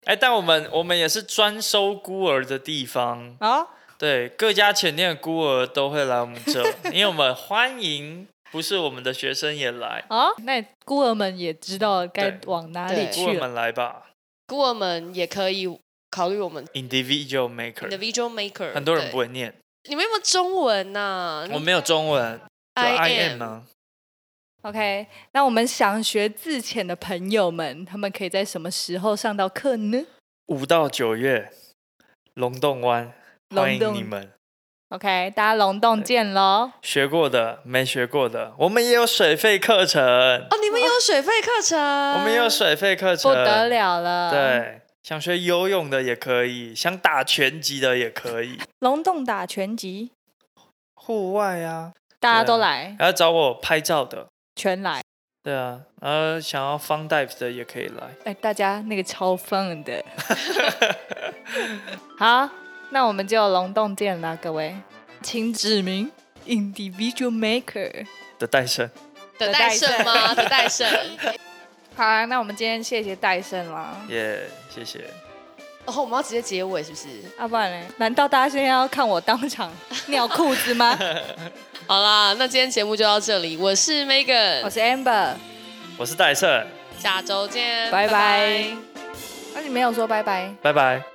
[SPEAKER 3] 哎，但我们我们也是专收孤儿的地方，
[SPEAKER 2] 哦，
[SPEAKER 3] 对，各家前店的孤儿都会来我们这，因为我们欢迎不是我们的学生也来，
[SPEAKER 2] 哦，那孤儿们也知道该
[SPEAKER 3] 对
[SPEAKER 2] 往哪里
[SPEAKER 1] 对
[SPEAKER 3] 孤
[SPEAKER 2] 去
[SPEAKER 3] 儿
[SPEAKER 2] 了。
[SPEAKER 3] 们来吧
[SPEAKER 1] 孤儿们也可以考虑我们
[SPEAKER 3] ，individual maker，
[SPEAKER 1] individual maker，
[SPEAKER 3] 很多人
[SPEAKER 1] 对
[SPEAKER 3] 不会念，
[SPEAKER 1] 你们有没有中文呐、
[SPEAKER 2] 嗯
[SPEAKER 3] 我没有中文，就 I am 啊，
[SPEAKER 2] OK，那我们想学自潜的朋友们，他们可以在什么时候上到课呢
[SPEAKER 3] 五到九月，龙洞湾，欢
[SPEAKER 2] 龙
[SPEAKER 3] 迎
[SPEAKER 2] 洞
[SPEAKER 3] 你们。
[SPEAKER 2] ？OK，大家龙洞见喽！
[SPEAKER 3] 学过的、没学过的，我们也有水费课程，
[SPEAKER 1] 哦，你们有水费课程，
[SPEAKER 3] 我
[SPEAKER 1] 我
[SPEAKER 3] 们也有水费课程，
[SPEAKER 2] 啊不得。了了。，
[SPEAKER 3] 对，想学游泳的也可以，想打拳击的也可以，
[SPEAKER 2] 龙洞打拳击，
[SPEAKER 3] 户外啊，
[SPEAKER 2] 大家都
[SPEAKER 3] 对
[SPEAKER 2] 来，
[SPEAKER 3] 还要找我拍照的，
[SPEAKER 2] 全来。
[SPEAKER 3] 对啊，呃，想要 fun dive 的也可以来。
[SPEAKER 2] 哎，大家那个超放 的。好，那我们就龙洞见啦，各位，请指明 individual maker。
[SPEAKER 3] 的戴森，
[SPEAKER 1] 的戴胜吗？的戴胜。
[SPEAKER 2] 好啊，那我们今天谢谢戴胜啦。
[SPEAKER 3] 耶、谢谢。
[SPEAKER 1] 哦，我们要直接结尾是不是？
[SPEAKER 2] 要、啊不然呢？难道大家现在要看我当场尿裤子吗？
[SPEAKER 1] 好啦，那今天节目就到这里，我是 Megan，
[SPEAKER 2] 我是 Amber，
[SPEAKER 3] 我是戴森，
[SPEAKER 1] 下周见，
[SPEAKER 2] 拜拜。那、你没有说拜拜。
[SPEAKER 3] 拜拜。